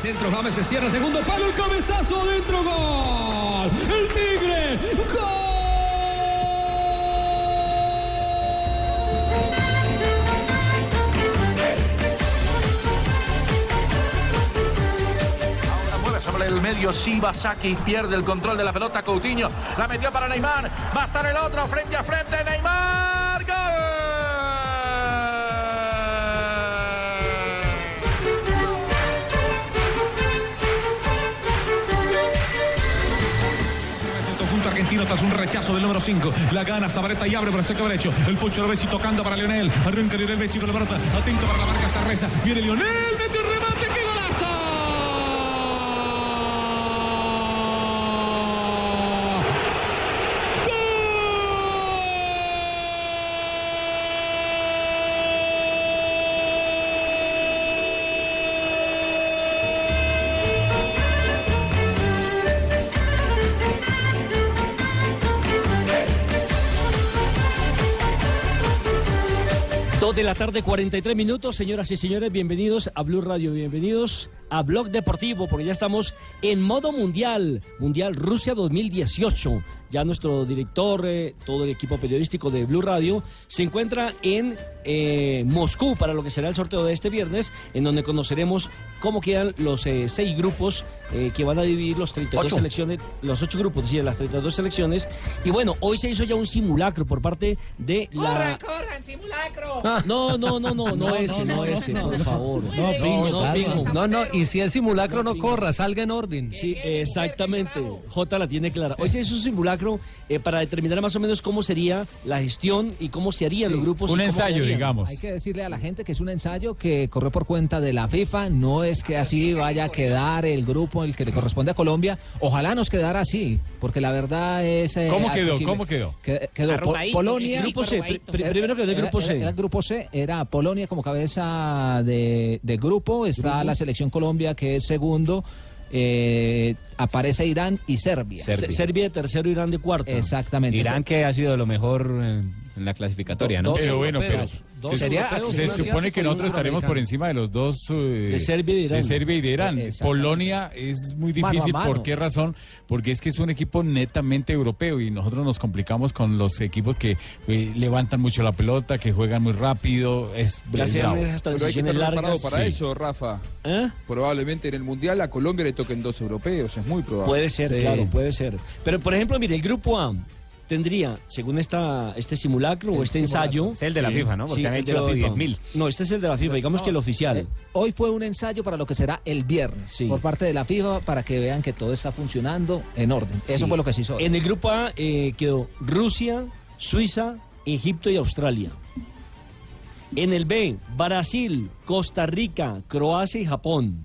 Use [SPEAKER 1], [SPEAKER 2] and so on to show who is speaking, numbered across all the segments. [SPEAKER 1] centro, James se cierra, segundo palo, el cabezazo adentro, gol. El Tigre, gol.
[SPEAKER 2] sobre el medio Sibasaki pierde el control de la pelota Coutinho la metió para Neymar va a estar el otro frente a frente Neymar gol
[SPEAKER 3] argentino tras un rechazo del número 5. La gana Sabareta y abre para saque derecho. El Pocho Bessi tocando para Lionel. Arranca Lionel Messi con la pelota. Atento para la marca hasta reza. Viene Lionel. Mete un remate. ¡Qué golazo!
[SPEAKER 4] de la tarde, 43 minutos. Señoras y señores, bienvenidos a Blue Radio, bienvenidos a Blog Deportivo, porque ya estamos en modo mundial, Mundial Rusia 2018. Ya nuestro director, eh, todo el equipo periodístico de Blue Radio, se encuentra en eh, Moscú para lo que será el sorteo de este viernes, en donde conoceremos cómo quedan los eh, seis grupos eh, que van a dividir los 32
[SPEAKER 5] Ocho.
[SPEAKER 4] selecciones, los ocho grupos, sí, de las 32 selecciones. Y bueno, hoy se hizo ya un simulacro por parte de la, Ah.
[SPEAKER 6] ¡Corran, corran, simulacro!
[SPEAKER 4] no, no, no, no, no ese, no ese, por favor.
[SPEAKER 7] No, Pingo, salga. No, no,
[SPEAKER 4] y si es simulacro no corra, salga en orden. Sí, exactamente. J la tiene clara. Hoy se hizo un simulacro eh, para determinar más o menos cómo sería la gestión y cómo se harían los
[SPEAKER 8] pues,
[SPEAKER 4] grupos. y cómo quedarían.
[SPEAKER 8] Hay que decirle a la gente que es un ensayo que corrió por cuenta de la FIFA. No es que así vaya a quedar el grupo el que le corresponde a Colombia. Ojalá nos quedara así, porque la verdad es. eh,
[SPEAKER 9] ¿Cómo quedó?
[SPEAKER 8] asequible.
[SPEAKER 9] ¿Cómo quedó?
[SPEAKER 8] Que- quedó Po-
[SPEAKER 9] Arrugadito,
[SPEAKER 8] Polonia.
[SPEAKER 9] chiquitico, Grupo C, pr- arrugadito. pr- primero quedó el
[SPEAKER 8] Era-
[SPEAKER 9] grupo
[SPEAKER 8] era-
[SPEAKER 9] C.
[SPEAKER 8] Era el grupo C, era Polonia como cabeza de, de grupo. Está
[SPEAKER 4] Grupo.
[SPEAKER 8] la selección Colombia, que es segundo. Eh, aparece Irán y Serbia.
[SPEAKER 4] Serbia. Se- Serbia de tercero, Irán de cuarto.
[SPEAKER 8] Exactamente.
[SPEAKER 10] Ah. Irán que ha sido lo mejor en, en la clasificatoria, ¿no?
[SPEAKER 9] Pero Eh, bueno, pero se,
[SPEAKER 10] Sería-
[SPEAKER 9] se supone que nosotros estaremos por encima de los dos eh, de
[SPEAKER 10] Serbia y de Irán. Eh,
[SPEAKER 9] Serbia y de Irán.
[SPEAKER 10] Exactamente.
[SPEAKER 9] Polonia es muy
[SPEAKER 10] Mano a
[SPEAKER 9] difícil.
[SPEAKER 10] mano.
[SPEAKER 9] ¿Por qué razón? Porque es que es un equipo netamente europeo y nosotros nos complicamos con los equipos que eh, levantan mucho la pelota, que juegan muy rápido. Es
[SPEAKER 4] Que hacen
[SPEAKER 9] bravo.
[SPEAKER 4] esas
[SPEAKER 11] Pero hay que estar preparado para
[SPEAKER 9] Sí.
[SPEAKER 11] eso, Rafa.
[SPEAKER 10] ¿Eh?
[SPEAKER 11] Probablemente en el Mundial a Colombia le toquen dos europeos, es muy
[SPEAKER 5] Ah,
[SPEAKER 11] probable.
[SPEAKER 4] Puede ser, claro, puede ser. Pero, por ejemplo, mire, el grupo A tendría, según esta, este simulacro o
[SPEAKER 10] El
[SPEAKER 4] este
[SPEAKER 10] simulacro.
[SPEAKER 4] ensayo...
[SPEAKER 10] Es el de la FIFA, ¿no? Porque han
[SPEAKER 4] el
[SPEAKER 10] hecho
[SPEAKER 4] de la FIFA.
[SPEAKER 10] 10.000.
[SPEAKER 4] No, este es el de la FIFA, digamos que el oficial.
[SPEAKER 8] Hoy fue un ensayo para lo que será el viernes por parte de la FIFA para que vean que todo está funcionando en orden. Eso
[SPEAKER 4] Sí.
[SPEAKER 8] fue lo que se hizo. hoy.
[SPEAKER 4] En el grupo A eh, quedó Rusia, Suiza, Egipto y Australia. En el B, Brasil, Costa Rica, Croacia y Japón.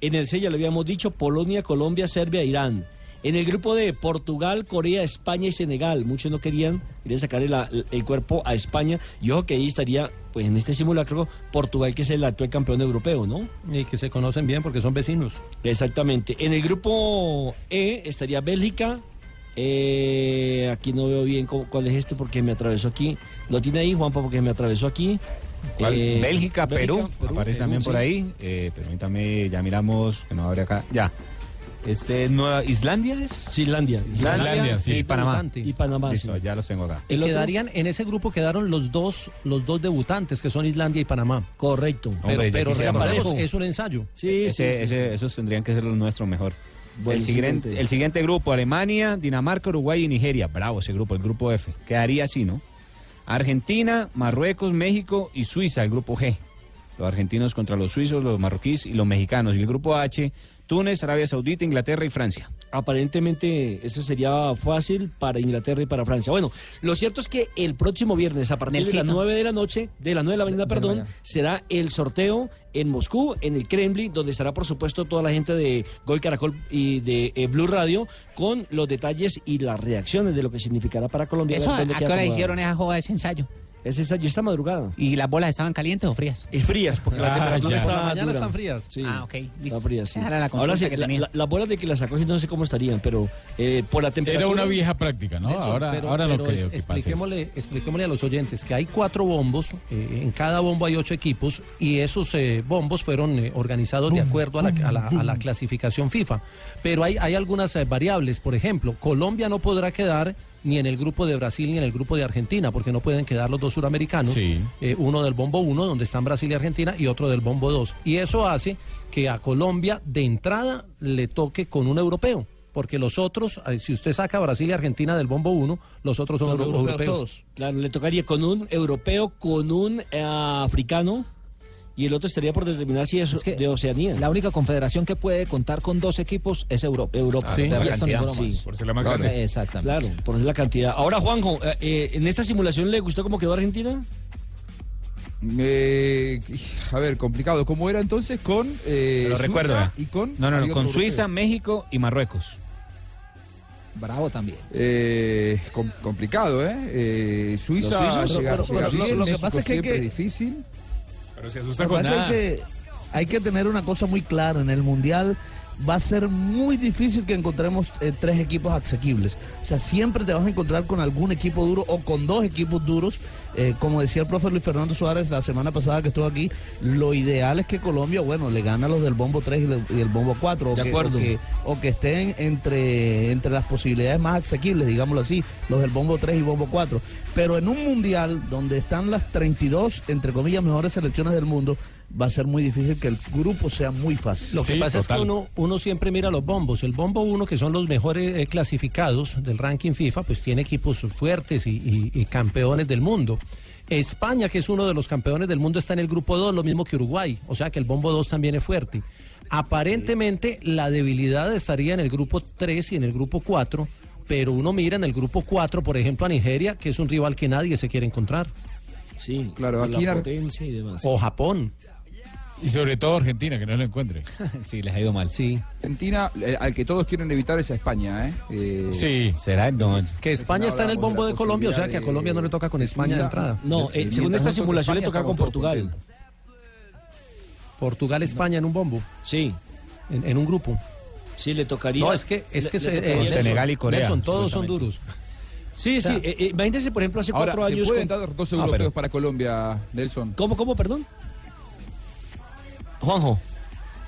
[SPEAKER 4] En el C, ya le habíamos dicho, Polonia, Colombia, Serbia, Irán. En el grupo D, Portugal, Corea, España y Senegal. Muchos no querían, querían sacarle la- el cuerpo a España. Y ojo que ahí estaría, pues en este simulacro, Portugal, que es el actual campeón europeo, ¿no?
[SPEAKER 7] Y que se conocen bien porque son vecinos.
[SPEAKER 4] Exactamente. En el grupo E estaría Bélgica. eh, aquí no veo bien cómo- cuál es este porque me atravesó aquí. Lo tiene ahí, Juanpa, porque me atravesó aquí.
[SPEAKER 10] Val-
[SPEAKER 4] Eh,
[SPEAKER 10] Bélgica, Perú, aparece
[SPEAKER 4] Perú,
[SPEAKER 10] también por
[SPEAKER 4] sí.
[SPEAKER 10] ahí. Eh, permítame, ya miramos, que no abre acá. Ya. Este, Nueva, ¿Islandia es? Sí,
[SPEAKER 4] Islandia.
[SPEAKER 10] Islandia,
[SPEAKER 7] Islandia, sí.
[SPEAKER 10] y Panamá.
[SPEAKER 7] Y
[SPEAKER 4] Panamá,
[SPEAKER 10] Listo, ya los tengo acá.
[SPEAKER 7] Y quedarían, en ese grupo quedaron los dos, los dos debutantes, que son Islandia y Panamá.
[SPEAKER 4] Correcto.
[SPEAKER 7] Pero,
[SPEAKER 10] Hombre, ya
[SPEAKER 7] pero
[SPEAKER 10] quisiéramos.
[SPEAKER 7] recordemos, es un ensayo.
[SPEAKER 10] Ese- ese- Esos tendrían que ser los nuestros mejor.
[SPEAKER 7] Bueno,
[SPEAKER 10] el, siguiente,
[SPEAKER 7] siguiente.
[SPEAKER 10] el siguiente grupo, Alemania, Dinamarca, Uruguay y Nigeria. Bravo ese grupo, el grupo F. Quedaría así, ¿no? Argentina, Marruecos, México y Suiza, el grupo G. Los argentinos contra los suizos, los marroquíes y los mexicanos. Y el grupo H, Túnez, Arabia Saudita, Inglaterra y Francia.
[SPEAKER 4] Aparentemente ese sería fácil para Inglaterra y para Francia. Bueno, lo cierto es que el próximo viernes a partir de
[SPEAKER 10] Nelsito.
[SPEAKER 4] las 9 de la noche, de las 9 de la mañana, perdón, será el sorteo en Moscú, en el Kremlin, donde estará por supuesto toda la gente de Gol Caracol y de eh, Blue Radio con los detalles y las reacciones de lo que significará para Colombia.
[SPEAKER 5] Eso,
[SPEAKER 4] ver dónde
[SPEAKER 5] ¿a
[SPEAKER 4] queda
[SPEAKER 5] qué hora
[SPEAKER 4] acomodado.
[SPEAKER 5] hicieron esa joda, ese ensayo?
[SPEAKER 4] Ese ensayo esta madrugada.
[SPEAKER 5] ¿Y las bolas estaban calientes o frías?
[SPEAKER 4] Y frías, porque la
[SPEAKER 5] Ah,
[SPEAKER 4] temperatura
[SPEAKER 5] ya.
[SPEAKER 4] está
[SPEAKER 5] Por la mañana
[SPEAKER 4] dura.
[SPEAKER 5] están frías.
[SPEAKER 4] Sí.
[SPEAKER 5] Ah, ok, listo.
[SPEAKER 4] Están frías, sí.
[SPEAKER 5] Esa era la consulta
[SPEAKER 4] Ahora sí,
[SPEAKER 5] que
[SPEAKER 4] la-
[SPEAKER 5] tenía.
[SPEAKER 4] la- las bolas de que las acogí no sé cómo estarían, pero eh, por la temperatura...
[SPEAKER 9] Era una vieja práctica, ¿no?
[SPEAKER 7] Nelson,
[SPEAKER 9] ahora
[SPEAKER 7] pero-
[SPEAKER 9] ahora no
[SPEAKER 7] pero
[SPEAKER 9] creo
[SPEAKER 7] es-
[SPEAKER 9] que pase eso.
[SPEAKER 7] expliquémosle, eh, expliquémosle a los oyentes que hay cuatro bombos, eh, en cada bombo hay ocho equipos y esos eh, bombos fueron eh, organizados de acuerdo a la, a la- a la clasificación FIFA. Pero hay, hay algunas eh, variables, por ejemplo, Colombia no podrá quedar ni en el grupo de Brasil ni en el grupo de Argentina, porque no pueden quedar los dos suramericanos,
[SPEAKER 9] Sí.
[SPEAKER 7] eh, uno del bombo 1, donde están Brasil y Argentina, y otro del bombo 2. Y eso hace que a Colombia de entrada le toque con un europeo, porque los otros, eh, si usted saca a Brasil y Argentina del bombo 1, los otros son euro- europeos.
[SPEAKER 4] Claro, le tocaría con un europeo, con un eh, africano y el otro estaría por determinar si es, de Oceanía.
[SPEAKER 8] La única confederación que puede contar con dos equipos es Europa.
[SPEAKER 4] Europa.
[SPEAKER 8] De
[SPEAKER 4] por la
[SPEAKER 8] resto,
[SPEAKER 4] cantidad,
[SPEAKER 8] ninguno más.
[SPEAKER 4] sí.
[SPEAKER 8] Claro, Exactamente.
[SPEAKER 4] Claro, por la cantidad. Ahora, Juanjo, eh, eh, ¿en esta simulación le gustó cómo quedó Argentina?
[SPEAKER 11] Eh, a ver, complicado. ¿Cómo era entonces con eh,
[SPEAKER 10] Te lo
[SPEAKER 11] Suiza
[SPEAKER 10] recuerdo, ¿eh?
[SPEAKER 11] y con
[SPEAKER 10] No, no, no,
[SPEAKER 11] había
[SPEAKER 10] con
[SPEAKER 11] otro
[SPEAKER 10] Suiza,
[SPEAKER 11] europeo?
[SPEAKER 10] México y Marruecos.
[SPEAKER 8] Bravo también.
[SPEAKER 11] Eh, com- complicado, ¿eh? Eh, Suiza
[SPEAKER 12] Los suizos,
[SPEAKER 11] llega,
[SPEAKER 12] pero-
[SPEAKER 11] llega
[SPEAKER 12] pero-
[SPEAKER 11] bien,
[SPEAKER 12] lo que
[SPEAKER 11] México
[SPEAKER 12] pasa es que hay
[SPEAKER 11] siempre
[SPEAKER 12] que-
[SPEAKER 11] difícil.
[SPEAKER 9] Pero se
[SPEAKER 12] Lo que pasa es que hay que tener una cosa muy clara en el mundial. Va a ser muy difícil que encontremos eh, tres equipos asequibles. O sea, siempre te vas a encontrar con algún equipo duro o con dos equipos duros. Eh, como decía el profe Luis Fernando Suárez la semana pasada que estuvo aquí, lo ideal es que Colombia, bueno, le gana a los del bombo 3 y, le- y el bombo 4. O,
[SPEAKER 4] De
[SPEAKER 12] que,
[SPEAKER 4] acuerdo.
[SPEAKER 12] o que- o que estén entre, entre las posibilidades más asequibles, digámoslo así, los del Bombo 3 y Bombo 4. Pero en un mundial donde están las 32, entre comillas, mejores selecciones del mundo, va a ser muy difícil que el grupo sea muy fácil.
[SPEAKER 7] Lo que pasa es que uno, uno siempre mira los bombos. El bombo 1, que son los mejores eh, clasificados del ranking FIFA, pues tiene equipos fuertes y, y- y campeones del mundo. España, que es uno de los campeones del mundo, está en el grupo 2, lo mismo que Uruguay. O sea que el bombo 2 también es fuerte. Aparentemente la debilidad estaría en el grupo 3 y en el grupo 4, pero uno mira en el grupo 4, por ejemplo, a Nigeria, que es un rival que nadie se quiere encontrar.
[SPEAKER 4] Sí,
[SPEAKER 7] Claro,
[SPEAKER 4] por
[SPEAKER 7] aquí
[SPEAKER 4] la
[SPEAKER 7] en Ar-
[SPEAKER 4] potencia y demás.
[SPEAKER 7] O Japón.
[SPEAKER 9] Y sobre todo Argentina, que no lo encuentre.
[SPEAKER 10] sí, les ha ido mal.
[SPEAKER 7] Sí.
[SPEAKER 11] Argentina, eh, al que todos quieren evitar es a España, ¿eh? Eh,
[SPEAKER 9] Sí.
[SPEAKER 10] Será no.
[SPEAKER 7] Que España está en el bombo de Colombia, o sea que
[SPEAKER 11] posibilidad
[SPEAKER 7] a
[SPEAKER 11] de-
[SPEAKER 7] Colombia no le toca con España de
[SPEAKER 11] Suiza.
[SPEAKER 7] entrada.
[SPEAKER 4] No, eh, según esta simulación le toca con Portugal.
[SPEAKER 7] Portugal, España en un bombo.
[SPEAKER 4] Sí.
[SPEAKER 7] En, en un grupo.
[SPEAKER 4] Sí, le tocaría.
[SPEAKER 7] No, es que, es
[SPEAKER 4] le-
[SPEAKER 7] que
[SPEAKER 4] le
[SPEAKER 7] se-
[SPEAKER 4] tocaría-
[SPEAKER 7] eh, Nelson- Nelson, todos son duros.
[SPEAKER 4] Sí, sí. eh, eh, imagínense, por ejemplo, hace
[SPEAKER 11] Ahora,
[SPEAKER 4] cuatro
[SPEAKER 11] ¿se
[SPEAKER 4] años.
[SPEAKER 11] pueden
[SPEAKER 4] con-
[SPEAKER 11] dar dos
[SPEAKER 4] Ah,
[SPEAKER 11] europeos
[SPEAKER 4] pero-
[SPEAKER 11] para Colombia, Nelson?
[SPEAKER 4] ¿Cómo, cómo, perdón? Juanjo.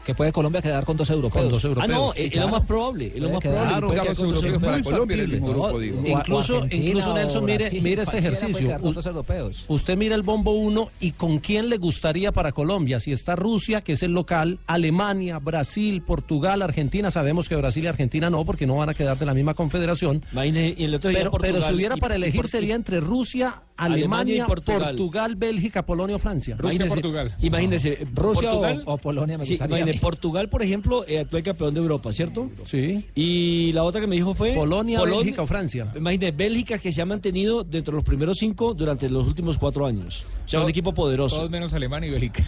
[SPEAKER 8] Que puede Colombia quedar con dos europeos. eh,
[SPEAKER 7] Con dos europeos,
[SPEAKER 4] Ah, no,
[SPEAKER 7] sí,
[SPEAKER 4] es
[SPEAKER 7] claro.
[SPEAKER 4] lo más probable. Es lo
[SPEAKER 8] Puede
[SPEAKER 4] más
[SPEAKER 8] quedar.
[SPEAKER 4] probable.
[SPEAKER 7] Claro,
[SPEAKER 4] Puede
[SPEAKER 7] claro,
[SPEAKER 4] quefir
[SPEAKER 7] los
[SPEAKER 4] con
[SPEAKER 7] europeos
[SPEAKER 4] dos
[SPEAKER 7] para
[SPEAKER 4] europeos.
[SPEAKER 7] Colombia en el mismo
[SPEAKER 4] No,
[SPEAKER 7] grupo, digo. Incluso- incluso, Nelson, mire- mire este
[SPEAKER 4] pues,
[SPEAKER 7] ejercicio.
[SPEAKER 8] Los europeos.
[SPEAKER 7] Usted mira el bombo 1 y con quién le gustaría para Colombia. Si está Rusia, que es el local, Alemania, Brasil, Portugal, Argentina. Sabemos que Brasil y Argentina no, porque no van a quedar de la misma confederación.
[SPEAKER 4] Imagine- y el otro día
[SPEAKER 7] Pero, pero
[SPEAKER 4] Portugal
[SPEAKER 7] si hubiera
[SPEAKER 4] y-
[SPEAKER 7] para
[SPEAKER 4] y
[SPEAKER 7] elegir
[SPEAKER 4] Por-
[SPEAKER 7] sería entre Rusia,
[SPEAKER 4] Alemania y
[SPEAKER 7] Alemania,
[SPEAKER 4] Portugal.
[SPEAKER 7] Portugal. Bélgica, Polonia o Francia.
[SPEAKER 4] Imagínese- Imagínese. eh,
[SPEAKER 8] Rusia o-
[SPEAKER 4] Portugal-
[SPEAKER 8] o Polonia me
[SPEAKER 4] Sí,
[SPEAKER 8] gustaría a
[SPEAKER 4] imagínese,
[SPEAKER 8] mí.
[SPEAKER 4] Portugal, por ejemplo, eh, actual campeón de Europa, ¿cierto?
[SPEAKER 7] Sí.
[SPEAKER 4] Y la otra que me dijo fue.
[SPEAKER 7] Polonia,
[SPEAKER 4] Polon-
[SPEAKER 7] Bélgica o Francia.
[SPEAKER 4] Imagínese, Bélgica que se ha mantenido dentro de los primeros cinco durante los últimos cuatro años. O sea, un equipo poderoso.
[SPEAKER 10] Todos
[SPEAKER 4] menos Alemania y Bélgica.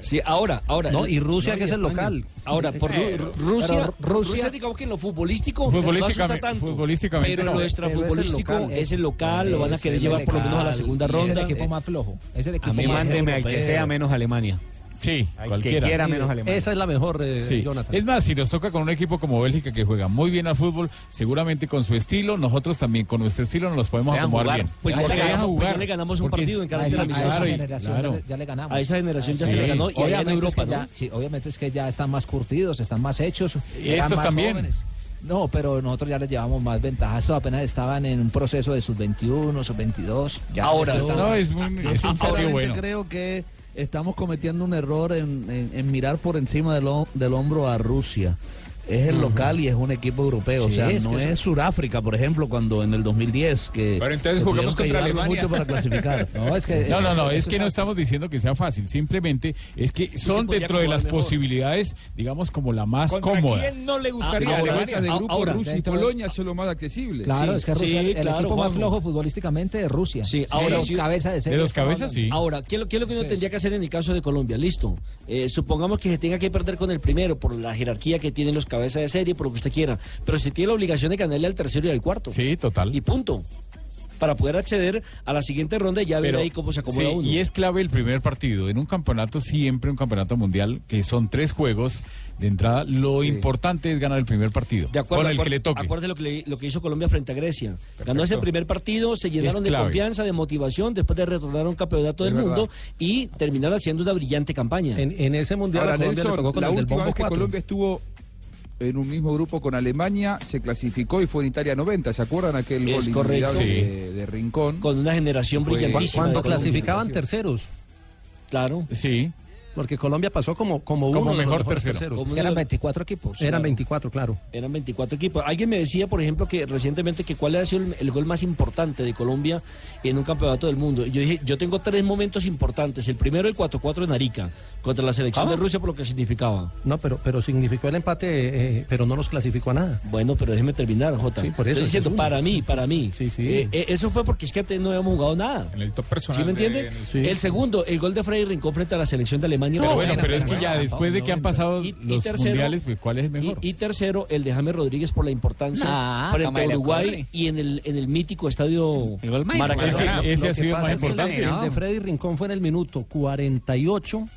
[SPEAKER 4] Sí, ahora, ahora.
[SPEAKER 7] No, y Rusia, No, y que es el España. local.
[SPEAKER 4] Ahora, por Ru-
[SPEAKER 7] Pero-
[SPEAKER 4] Rusia,
[SPEAKER 7] pero
[SPEAKER 4] Rusia,
[SPEAKER 7] Rusia-
[SPEAKER 4] digamos que en lo futbolístico no
[SPEAKER 9] Futbolísticamente-
[SPEAKER 4] asusta tanto.
[SPEAKER 9] futbolísticamente
[SPEAKER 4] pero
[SPEAKER 9] no.
[SPEAKER 4] lo extrafutbolístico
[SPEAKER 8] Pero es el local.
[SPEAKER 4] es el local, lo van a
[SPEAKER 8] Es
[SPEAKER 4] querer
[SPEAKER 8] el
[SPEAKER 4] llevar por lo menos a la
[SPEAKER 8] local.
[SPEAKER 4] segunda
[SPEAKER 8] Y
[SPEAKER 4] ronda.
[SPEAKER 8] Es el equipo más flojo. Es el equipo
[SPEAKER 10] A mí
[SPEAKER 8] más
[SPEAKER 10] mándeme al que
[SPEAKER 8] europeo.
[SPEAKER 10] sea menos Alemania.
[SPEAKER 9] Sí, cualquiera.
[SPEAKER 13] quiera menos Alemania.
[SPEAKER 7] Esa es la mejor, eh,
[SPEAKER 9] Sí.
[SPEAKER 7] Jonathan.
[SPEAKER 9] Es más, si nos toca con un equipo como Bélgica que juega muy bien al fútbol, seguramente con su estilo, nosotros también con nuestro estilo nos los podemos
[SPEAKER 4] Dejan
[SPEAKER 9] acomodar
[SPEAKER 4] jugar.
[SPEAKER 9] bien.
[SPEAKER 4] Pues ya
[SPEAKER 9] Porque
[SPEAKER 4] le
[SPEAKER 9] dejan
[SPEAKER 4] ganamos-
[SPEAKER 9] jugar.
[SPEAKER 4] ya le ganamos un
[SPEAKER 9] Porque
[SPEAKER 4] partido en cada
[SPEAKER 9] a esa-
[SPEAKER 4] amistoso.
[SPEAKER 9] a esa
[SPEAKER 4] Claro,
[SPEAKER 9] generación
[SPEAKER 4] claro.
[SPEAKER 9] ya le-
[SPEAKER 8] ya le ganamos.
[SPEAKER 4] A esa generación ya se le ganó y allá en
[SPEAKER 8] obviamente
[SPEAKER 4] Europa,
[SPEAKER 8] es que
[SPEAKER 4] ¿no?
[SPEAKER 8] ya- sí, obviamente es que ya están más curtidos, están más hechos.
[SPEAKER 9] Y
[SPEAKER 8] eran
[SPEAKER 9] estos
[SPEAKER 8] más
[SPEAKER 9] también.
[SPEAKER 8] jóvenes. No, pero nosotros ya les llevamos más ventajas. Estos apenas estaban en un proceso de sus 21, sus 22. Ya estos están más-
[SPEAKER 7] Ah,
[SPEAKER 8] Ah,
[SPEAKER 12] Yo sinceramente creo que estamos cometiendo un error en, en- en mirar por encima del, hom- del hombro a Rusia. Es el local y es un equipo europeo. o
[SPEAKER 14] Sí,
[SPEAKER 12] sea,
[SPEAKER 14] es
[SPEAKER 12] no
[SPEAKER 14] que eso-
[SPEAKER 12] es Suráfrica, por ejemplo, cuando en el 2010 que.
[SPEAKER 14] Pero entonces
[SPEAKER 12] que
[SPEAKER 14] juguemos
[SPEAKER 12] tuvieron que
[SPEAKER 14] contra
[SPEAKER 12] ayudarnos
[SPEAKER 14] Alemania.
[SPEAKER 12] mucho para clasificar.
[SPEAKER 8] No, es que-
[SPEAKER 9] No, no, no,
[SPEAKER 8] eso-
[SPEAKER 9] es
[SPEAKER 8] eso
[SPEAKER 9] que
[SPEAKER 8] es
[SPEAKER 9] no
[SPEAKER 8] algo.
[SPEAKER 9] estamos diciendo que sea fácil, simplemente es que
[SPEAKER 8] se
[SPEAKER 9] son
[SPEAKER 8] podría
[SPEAKER 9] dentro de las
[SPEAKER 8] acomodar mejor.
[SPEAKER 9] posibilidades, digamos, como la más
[SPEAKER 5] ¿Contra
[SPEAKER 9] cómoda.
[SPEAKER 5] quién no le gustaría?
[SPEAKER 9] Ah,
[SPEAKER 5] la
[SPEAKER 9] ahora,
[SPEAKER 5] cabeza de
[SPEAKER 9] ah,
[SPEAKER 5] grupo
[SPEAKER 9] ahora.
[SPEAKER 5] Rusia y
[SPEAKER 9] Dentro de-
[SPEAKER 5] Polonia son lo más accesible.
[SPEAKER 8] Claro, es que Rusia, el equipo más flojo futbolísticamente es Rusia.
[SPEAKER 4] Sí,
[SPEAKER 8] De
[SPEAKER 4] ahora
[SPEAKER 8] los
[SPEAKER 4] sí.
[SPEAKER 8] cabeza de serie estamos hablando.
[SPEAKER 4] Ahora, ¿qué es lo, qué es lo que uno
[SPEAKER 8] Sí.
[SPEAKER 4] tendría que hacer en el caso de Colombia? Listo. Eh, supongamos que se tenga que perder con el primero por la jerarquía que tienen los cabezas de serie, por lo que usted quiera. Pero se tiene la obligación de ganarle al tercero y al cuarto.
[SPEAKER 9] Sí, total.
[SPEAKER 4] Y punto. Para poder acceder a la siguiente ronda y ya ver
[SPEAKER 9] Pero,
[SPEAKER 4] ahí cómo se acomoda
[SPEAKER 9] sí,
[SPEAKER 4] uno.
[SPEAKER 9] Y es clave el primer partido. En un campeonato, siempre un campeonato mundial, que son tres juegos de entrada, lo importante es ganar el primer partido.
[SPEAKER 4] De acuerdo,
[SPEAKER 9] con el que le toque.
[SPEAKER 4] Acuérdate lo que, le- lo que hizo Colombia frente a Grecia. Ganó ese primer partido, se llenaron de
[SPEAKER 9] clave.
[SPEAKER 4] confianza, de motivación, después de retornar a un campeonato
[SPEAKER 7] Es
[SPEAKER 4] del
[SPEAKER 7] verdad.
[SPEAKER 4] mundo y terminaron haciendo una brillante campaña.
[SPEAKER 7] En, en ese mundial
[SPEAKER 5] Ahora,
[SPEAKER 7] a Colombia le tocó
[SPEAKER 5] Nelson,
[SPEAKER 7] con
[SPEAKER 5] la
[SPEAKER 7] el del
[SPEAKER 5] última
[SPEAKER 7] bombo
[SPEAKER 5] vez que
[SPEAKER 7] 4.
[SPEAKER 5] Colombia estuvo en un mismo grupo con Alemania, se clasificó y fue en Italia 90. ¿Se acuerdan aquel
[SPEAKER 4] Es
[SPEAKER 5] gol
[SPEAKER 4] correcto.
[SPEAKER 5] inolvidable
[SPEAKER 7] Eh,
[SPEAKER 4] Sí.
[SPEAKER 5] de, de Rincón?
[SPEAKER 4] eh, Con una generación
[SPEAKER 5] Fue-
[SPEAKER 4] brillantísima.
[SPEAKER 7] Cuando
[SPEAKER 4] de Colombia.
[SPEAKER 7] clasificaban terceros.
[SPEAKER 4] Claro.
[SPEAKER 9] Sí.
[SPEAKER 7] Porque Colombia pasó como, como,
[SPEAKER 4] Como
[SPEAKER 7] uno de los
[SPEAKER 4] mejor
[SPEAKER 7] mejores
[SPEAKER 4] tercero.
[SPEAKER 7] terceros.
[SPEAKER 4] Como Es que eran uno de-
[SPEAKER 7] 24 equipos.
[SPEAKER 4] claro.
[SPEAKER 7] Eran 24, claro.
[SPEAKER 4] Eran 24 equipos. Alguien me decía, por ejemplo, que recientemente que cuál ha sido el, el gol más importante de Colombia en un campeonato del mundo. Y Yo dije, yo tengo tres momentos importantes. El primero, el 4-4 en Arica, contra la selección de Rusia, por lo que significaba.
[SPEAKER 7] No, pero, pero significó el empate, eh, pero no nos clasificó a nada.
[SPEAKER 4] Bueno, pero déjeme terminar, Jota.
[SPEAKER 7] Sí, por eso.
[SPEAKER 4] Estoy
[SPEAKER 7] ese es
[SPEAKER 4] diciendo,
[SPEAKER 7] uno.
[SPEAKER 4] para mí, para mí.
[SPEAKER 7] sí.
[SPEAKER 4] Eh, eh, eso fue porque es que antes no habíamos jugado nada.
[SPEAKER 9] En el top personal.
[SPEAKER 4] ¿Sí me entiende?
[SPEAKER 9] de-
[SPEAKER 4] el, segundo, el gol de Freddy Rincón frente a la selección de Alemania.
[SPEAKER 9] Pero bueno, pero es que ya después de que han pasado
[SPEAKER 4] Y- y
[SPEAKER 9] los
[SPEAKER 4] tercero,
[SPEAKER 9] mundiales, pues, ¿cuál es el mejor?
[SPEAKER 4] Y, y tercero, el de James Rodríguez por la importancia
[SPEAKER 7] Ah,
[SPEAKER 9] Nah,
[SPEAKER 4] frente
[SPEAKER 9] ¿cómo
[SPEAKER 4] a
[SPEAKER 9] le
[SPEAKER 4] Uruguay
[SPEAKER 9] ocurre?
[SPEAKER 4] y en el, en el mítico estadio
[SPEAKER 7] Mike,
[SPEAKER 4] Maracaná.
[SPEAKER 7] Maradona. Lo que pasa es que el- El
[SPEAKER 1] Ah.
[SPEAKER 7] de Freddy Rincón fue en el minuto 48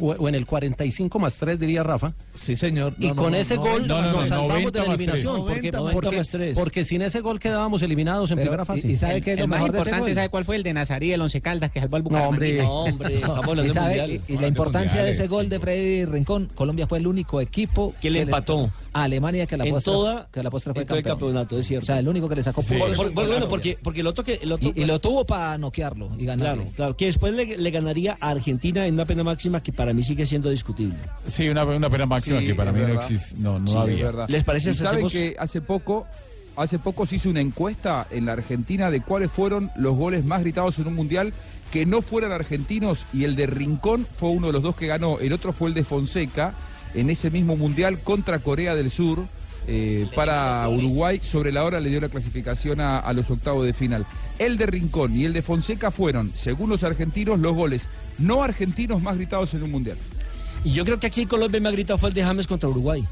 [SPEAKER 7] o, o en el 45 más 3, diría Rafa.
[SPEAKER 12] Sí, señor.
[SPEAKER 7] Y
[SPEAKER 12] No, no,
[SPEAKER 7] con
[SPEAKER 12] no,
[SPEAKER 7] ese
[SPEAKER 12] no,
[SPEAKER 7] gol
[SPEAKER 12] no, no,
[SPEAKER 7] nos
[SPEAKER 12] no,
[SPEAKER 7] salvamos de la
[SPEAKER 12] 90 más tres.
[SPEAKER 7] eliminación. porque-
[SPEAKER 12] 90 más
[SPEAKER 7] Porque,
[SPEAKER 12] tres.
[SPEAKER 7] porque sin ese gol quedábamos eliminados en
[SPEAKER 1] Pero,
[SPEAKER 7] primera fase.
[SPEAKER 1] y, y sabe que
[SPEAKER 7] El-
[SPEAKER 1] lo
[SPEAKER 7] el
[SPEAKER 1] mejor de
[SPEAKER 7] importante,
[SPEAKER 1] importante,
[SPEAKER 7] ¿sabe
[SPEAKER 1] ¿sabe cuál fue? El de Nazarí, el Once Caldas, que es el
[SPEAKER 7] No, hombre.
[SPEAKER 1] No,
[SPEAKER 4] hombre, estamos hablando
[SPEAKER 1] y,
[SPEAKER 4] del
[SPEAKER 1] sabe-
[SPEAKER 4] Mundial.
[SPEAKER 1] y- y la
[SPEAKER 4] Hablando
[SPEAKER 1] importancia de
[SPEAKER 4] mundiales,
[SPEAKER 1] ese gol de Freddy Rincón, Colombia fue el único equipo
[SPEAKER 4] Que le empató.
[SPEAKER 1] a Alemania que a la
[SPEAKER 4] En
[SPEAKER 1] postre,
[SPEAKER 4] toda-
[SPEAKER 1] que a la postre fue
[SPEAKER 4] en todo el
[SPEAKER 1] campeón.
[SPEAKER 4] campeonato, es cierto.
[SPEAKER 1] O sea, el único que le sacó
[SPEAKER 4] Sí.
[SPEAKER 1] puntos.
[SPEAKER 4] Por- por- bueno,
[SPEAKER 1] Golazo.
[SPEAKER 4] porque, porque el otro que... El otro, pues
[SPEAKER 1] y, y lo tuvo para noquearlo y ganarlo.
[SPEAKER 4] Claro, claro, que después le, le ganaría a Argentina en una pena máxima que para mí sigue siendo discutible.
[SPEAKER 9] Sí, una, una pena máxima
[SPEAKER 5] Sí,
[SPEAKER 9] que para
[SPEAKER 5] es
[SPEAKER 9] mí no
[SPEAKER 5] verdad.
[SPEAKER 9] existe. No, no
[SPEAKER 5] Sí, es
[SPEAKER 9] había.
[SPEAKER 5] verdad.
[SPEAKER 4] ¿Les parece
[SPEAKER 5] ¿Y
[SPEAKER 4] si
[SPEAKER 5] saben
[SPEAKER 4] hacemos-
[SPEAKER 5] que hace poco, hace poco se hizo una encuesta en la Argentina de cuáles fueron los goles más gritados en un mundial que no fueran argentinos y el de Rincón fue uno de los dos que ganó. El otro fue el de Fonseca en ese mismo mundial contra Corea del Sur. eh, para Uruguay sobre la hora le dio la clasificación a, a los octavos de final. El de Rincón y el de Fonseca fueron, según los argentinos, los goles no argentinos más gritados en un mundial.
[SPEAKER 4] Y yo creo que aquí en Colombia me ha gritado fue el de James contra Uruguay.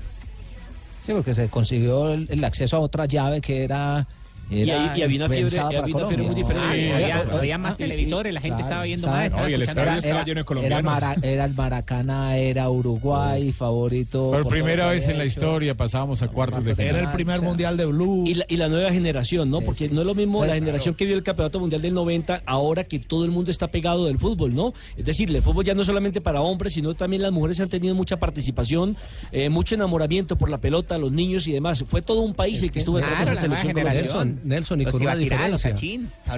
[SPEAKER 1] Sí, porque se consiguió el, el acceso a otra llave que era.
[SPEAKER 4] Y ahí- y había una fiebre-
[SPEAKER 1] pensada
[SPEAKER 4] y
[SPEAKER 1] para
[SPEAKER 4] había una fiebre muy
[SPEAKER 1] Colombia.
[SPEAKER 4] diferente. Sí, había-
[SPEAKER 1] Oye,
[SPEAKER 4] había más
[SPEAKER 1] y-
[SPEAKER 4] televisores, la gente estaba viendo más,
[SPEAKER 1] ¿sabe?
[SPEAKER 4] No, y el
[SPEAKER 1] Escuchando-
[SPEAKER 4] estadio estaba lleno de colombianos.
[SPEAKER 1] Era, Mara- era el Maracaná, era Uruguay, favorito.
[SPEAKER 9] Por
[SPEAKER 1] todo
[SPEAKER 9] primera
[SPEAKER 1] lo que
[SPEAKER 9] vez en la
[SPEAKER 1] había hecho.
[SPEAKER 9] historia pasábamos a cuartos de final.
[SPEAKER 4] mundial de Blue. Y la, y la nueva generación, ¿no? Porque no es lo mismo la
[SPEAKER 1] Pues,
[SPEAKER 4] generación que vio el campeonato mundial del 90, ahora que todo el mundo está pegado del fútbol, ¿no? Es decir, el fútbol ya no es solamente para hombres, sino también las mujeres han tenido mucha participación, eh, mucho enamoramiento por la pelota, los niños y demás. Fue todo un país el que estuvo detrás de la selección
[SPEAKER 7] Nelson,
[SPEAKER 4] colombiana.
[SPEAKER 7] Nelson, y con una diferencia.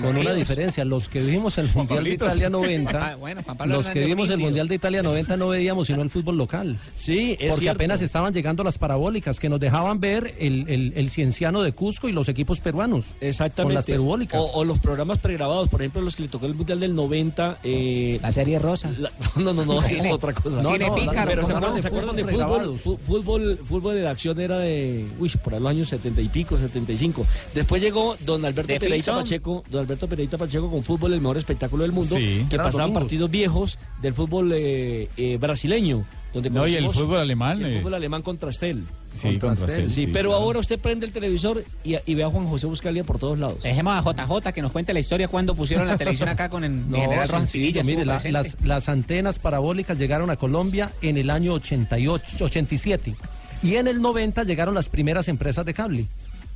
[SPEAKER 7] con una diferencia, los que vimos el Mundial de
[SPEAKER 4] Pablitos.
[SPEAKER 7] Italia
[SPEAKER 4] Ah,
[SPEAKER 7] 90,
[SPEAKER 4] bueno, Juan Pablo
[SPEAKER 7] los que
[SPEAKER 4] Hernández
[SPEAKER 7] vimos el
[SPEAKER 4] Brindis.
[SPEAKER 7] Mundial de Italia 90 no veíamos sino el fútbol local.
[SPEAKER 4] Sí, es
[SPEAKER 7] Porque
[SPEAKER 4] cierto.
[SPEAKER 7] apenas estaban llegando las parabólicas que nos dejaban ver el, el, el cienciano de Cusco y los equipos peruanos.
[SPEAKER 4] Exactamente.
[SPEAKER 7] Con las perubólicas.
[SPEAKER 4] O, o los programas pregrabados, por ejemplo, los que le tocó el Mundial del 90. eh, la
[SPEAKER 1] serie rosa.
[SPEAKER 4] no, no, no, es
[SPEAKER 1] Cine-
[SPEAKER 4] otra cosa.
[SPEAKER 1] Cine No, no, Pícaro,
[SPEAKER 4] pero se
[SPEAKER 1] programas
[SPEAKER 4] acuerdan
[SPEAKER 1] de
[SPEAKER 4] se acuerdan de
[SPEAKER 1] fútbol
[SPEAKER 4] fútbol,
[SPEAKER 1] pregrabados.
[SPEAKER 4] fu- fútbol, fútbol de la acción era de, uy, por ahí los años 70 y pico, 75. Después llegó don Alberto
[SPEAKER 1] De
[SPEAKER 4] Pereira
[SPEAKER 1] Pinzón.
[SPEAKER 4] Pacheco, don Alberto Pereira Pacheco con fútbol, el mejor espectáculo del mundo,
[SPEAKER 9] Sí.
[SPEAKER 4] que
[SPEAKER 9] Eran
[SPEAKER 4] pasaban
[SPEAKER 9] domingos.
[SPEAKER 4] partidos viejos del fútbol eh, eh, brasileño. donde
[SPEAKER 9] No, y el
[SPEAKER 4] conocimos
[SPEAKER 9] fútbol alemán,
[SPEAKER 4] El
[SPEAKER 9] eh.
[SPEAKER 4] fútbol alemán con Trastel.
[SPEAKER 9] Sí, Con con Trastel, Trastel,
[SPEAKER 4] Sí,
[SPEAKER 9] sí,
[SPEAKER 4] pero
[SPEAKER 9] claro.
[SPEAKER 4] ahora usted prende el televisor y, y ve a Juan José Buscalia por todos lados.
[SPEAKER 10] Dejemos a JJ que nos cuente la historia cuando pusieron la televisión acá con el
[SPEAKER 7] No,
[SPEAKER 10] general
[SPEAKER 7] sencillo,
[SPEAKER 10] Roncirillas,
[SPEAKER 7] mire,
[SPEAKER 10] estuvo
[SPEAKER 7] la-
[SPEAKER 10] presente.
[SPEAKER 7] las, las antenas parabólicas llegaron a Colombia en el año 88, 87 y en el 90 llegaron las primeras empresas de cable.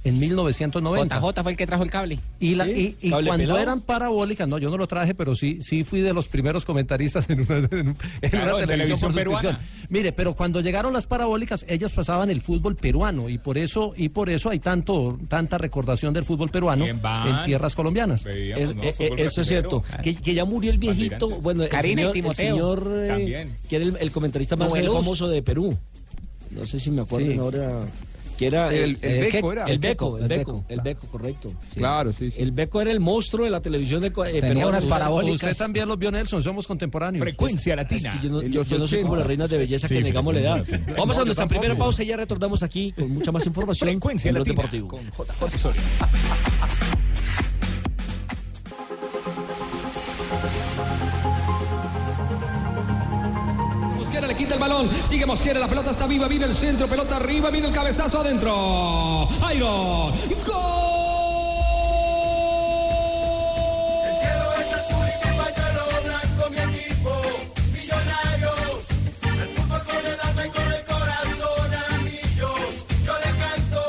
[SPEAKER 7] En 1990.
[SPEAKER 10] JJ fue el que trajo el cable.
[SPEAKER 7] Y, la-
[SPEAKER 10] Sí,
[SPEAKER 7] y- y
[SPEAKER 10] cable
[SPEAKER 7] cuando
[SPEAKER 10] pelado.
[SPEAKER 7] eran parabólicas, no, yo no lo traje, pero sí, sí fui de los primeros comentaristas en una, en una
[SPEAKER 10] Claro, en
[SPEAKER 7] televisión,
[SPEAKER 10] televisión
[SPEAKER 7] por suscripción.
[SPEAKER 10] peruana.
[SPEAKER 7] Mire, pero cuando llegaron las parabólicas, ellas pasaban el fútbol peruano y por eso y por eso hay tanto tanta recordación del fútbol peruano
[SPEAKER 4] Bien, van.
[SPEAKER 7] en tierras colombianas.
[SPEAKER 10] Pues
[SPEAKER 4] Es- eh, eh, eso es cierto. Que, que ya murió el viejito.
[SPEAKER 7] Bandeirantes.
[SPEAKER 4] Bueno, el
[SPEAKER 7] Karina y
[SPEAKER 4] señor, el
[SPEAKER 7] Timoteo.
[SPEAKER 4] señor eh,
[SPEAKER 7] También.
[SPEAKER 4] que era el, el comentarista más eh,
[SPEAKER 7] Noveluz.
[SPEAKER 4] famoso de Perú. No sé si me acuerdo
[SPEAKER 7] Sí.
[SPEAKER 4] ahora. Que era
[SPEAKER 11] El- el
[SPEAKER 4] eh,
[SPEAKER 11] Beco
[SPEAKER 4] que-
[SPEAKER 11] era.
[SPEAKER 4] El Beco, el
[SPEAKER 11] El
[SPEAKER 4] Beco,
[SPEAKER 11] Beco.
[SPEAKER 4] el Beco, correcto.
[SPEAKER 11] Claro, sí, sí.
[SPEAKER 4] El Beco era el monstruo de la televisión de eh, peruana. Usted-
[SPEAKER 7] Usted también los vio, Nelson, somos contemporáneos.
[SPEAKER 4] Frecuencia
[SPEAKER 7] latina.
[SPEAKER 4] Yo no, yo- yo no soy como las reinas de belleza
[SPEAKER 7] Sí,
[SPEAKER 4] que negamos la edad.
[SPEAKER 7] frecuencia latina.
[SPEAKER 4] Vamos
[SPEAKER 7] No,
[SPEAKER 4] a
[SPEAKER 7] yo
[SPEAKER 4] nuestra
[SPEAKER 7] tampoco.
[SPEAKER 4] primera pausa y ya retornamos aquí con mucha más información. en Blog Deportivo.
[SPEAKER 15] con JJ Osorio.
[SPEAKER 1] Mosquera le quita el balón, sigue Mosquera, la pelota está viva, viene el centro, pelota arriba, viene el cabezazo adentro. Iron, gol.
[SPEAKER 6] El cielo es azul y mi pañuelo blanco, mi equipo, millonarios. El fútbol con el alma y con el corazón, amigos. Yo le canto.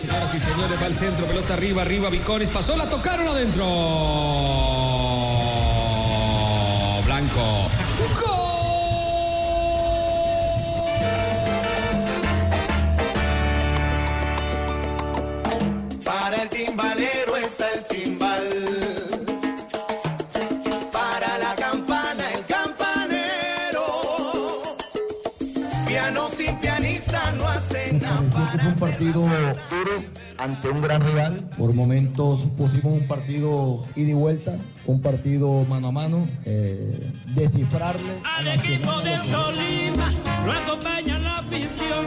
[SPEAKER 1] Señoras y señores, va al centro, pelota arriba, arriba, Vicones, pasó, la tocaron adentro. Blanco.
[SPEAKER 6] Para el timbalero está el timbal. Para la campana el campanero. Piano sin pianista no hace nada.
[SPEAKER 16] Fue un partido duro ante un gran rival. Por momentos pusimos un partido ida y vuelta, un partido mano a mano. eh, descifrarle.
[SPEAKER 17] Al equipo del Tolima lo acompaña la afición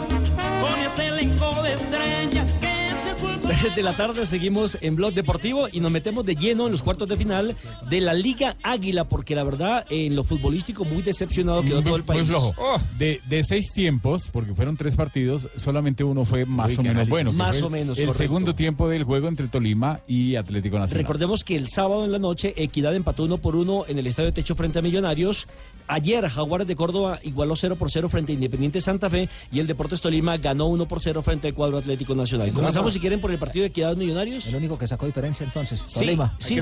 [SPEAKER 17] con ese elenco de estrellas que es el fútbol.
[SPEAKER 4] 3 de la tarde seguimos en Blog Deportivo y nos metemos de lleno en los cuartos de final de la Liga Águila, porque la verdad, en lo futbolístico, muy decepcionado quedó todo el
[SPEAKER 9] Muy
[SPEAKER 4] país.
[SPEAKER 9] flojo. Oh. De, de seis tiempos, porque fueron tres partidos, solamente uno fue más
[SPEAKER 4] Uy,
[SPEAKER 9] o
[SPEAKER 4] qué
[SPEAKER 9] menos
[SPEAKER 4] análisis.
[SPEAKER 9] bueno. que
[SPEAKER 4] Más
[SPEAKER 9] fue
[SPEAKER 4] o menos,
[SPEAKER 9] El
[SPEAKER 4] correcto.
[SPEAKER 9] segundo tiempo del juego entre Tolima y Atlético Nacional.
[SPEAKER 4] Recordemos que el sábado en la noche, Equidad empató uno por uno en el Estadio Techo frente a Millonarios. Ayer, Jaguares de Córdoba igualó 0 por 0 frente a Independiente Santa Fe y el Deportes Tolima ganó 1 por 0 frente al cuadro Atlético Nacional. Comenzamos, si quieren, por el partido de Equidad Millonarios.
[SPEAKER 8] El único que sacó diferencia entonces,
[SPEAKER 4] Sí,
[SPEAKER 8] Tolima.
[SPEAKER 4] sí,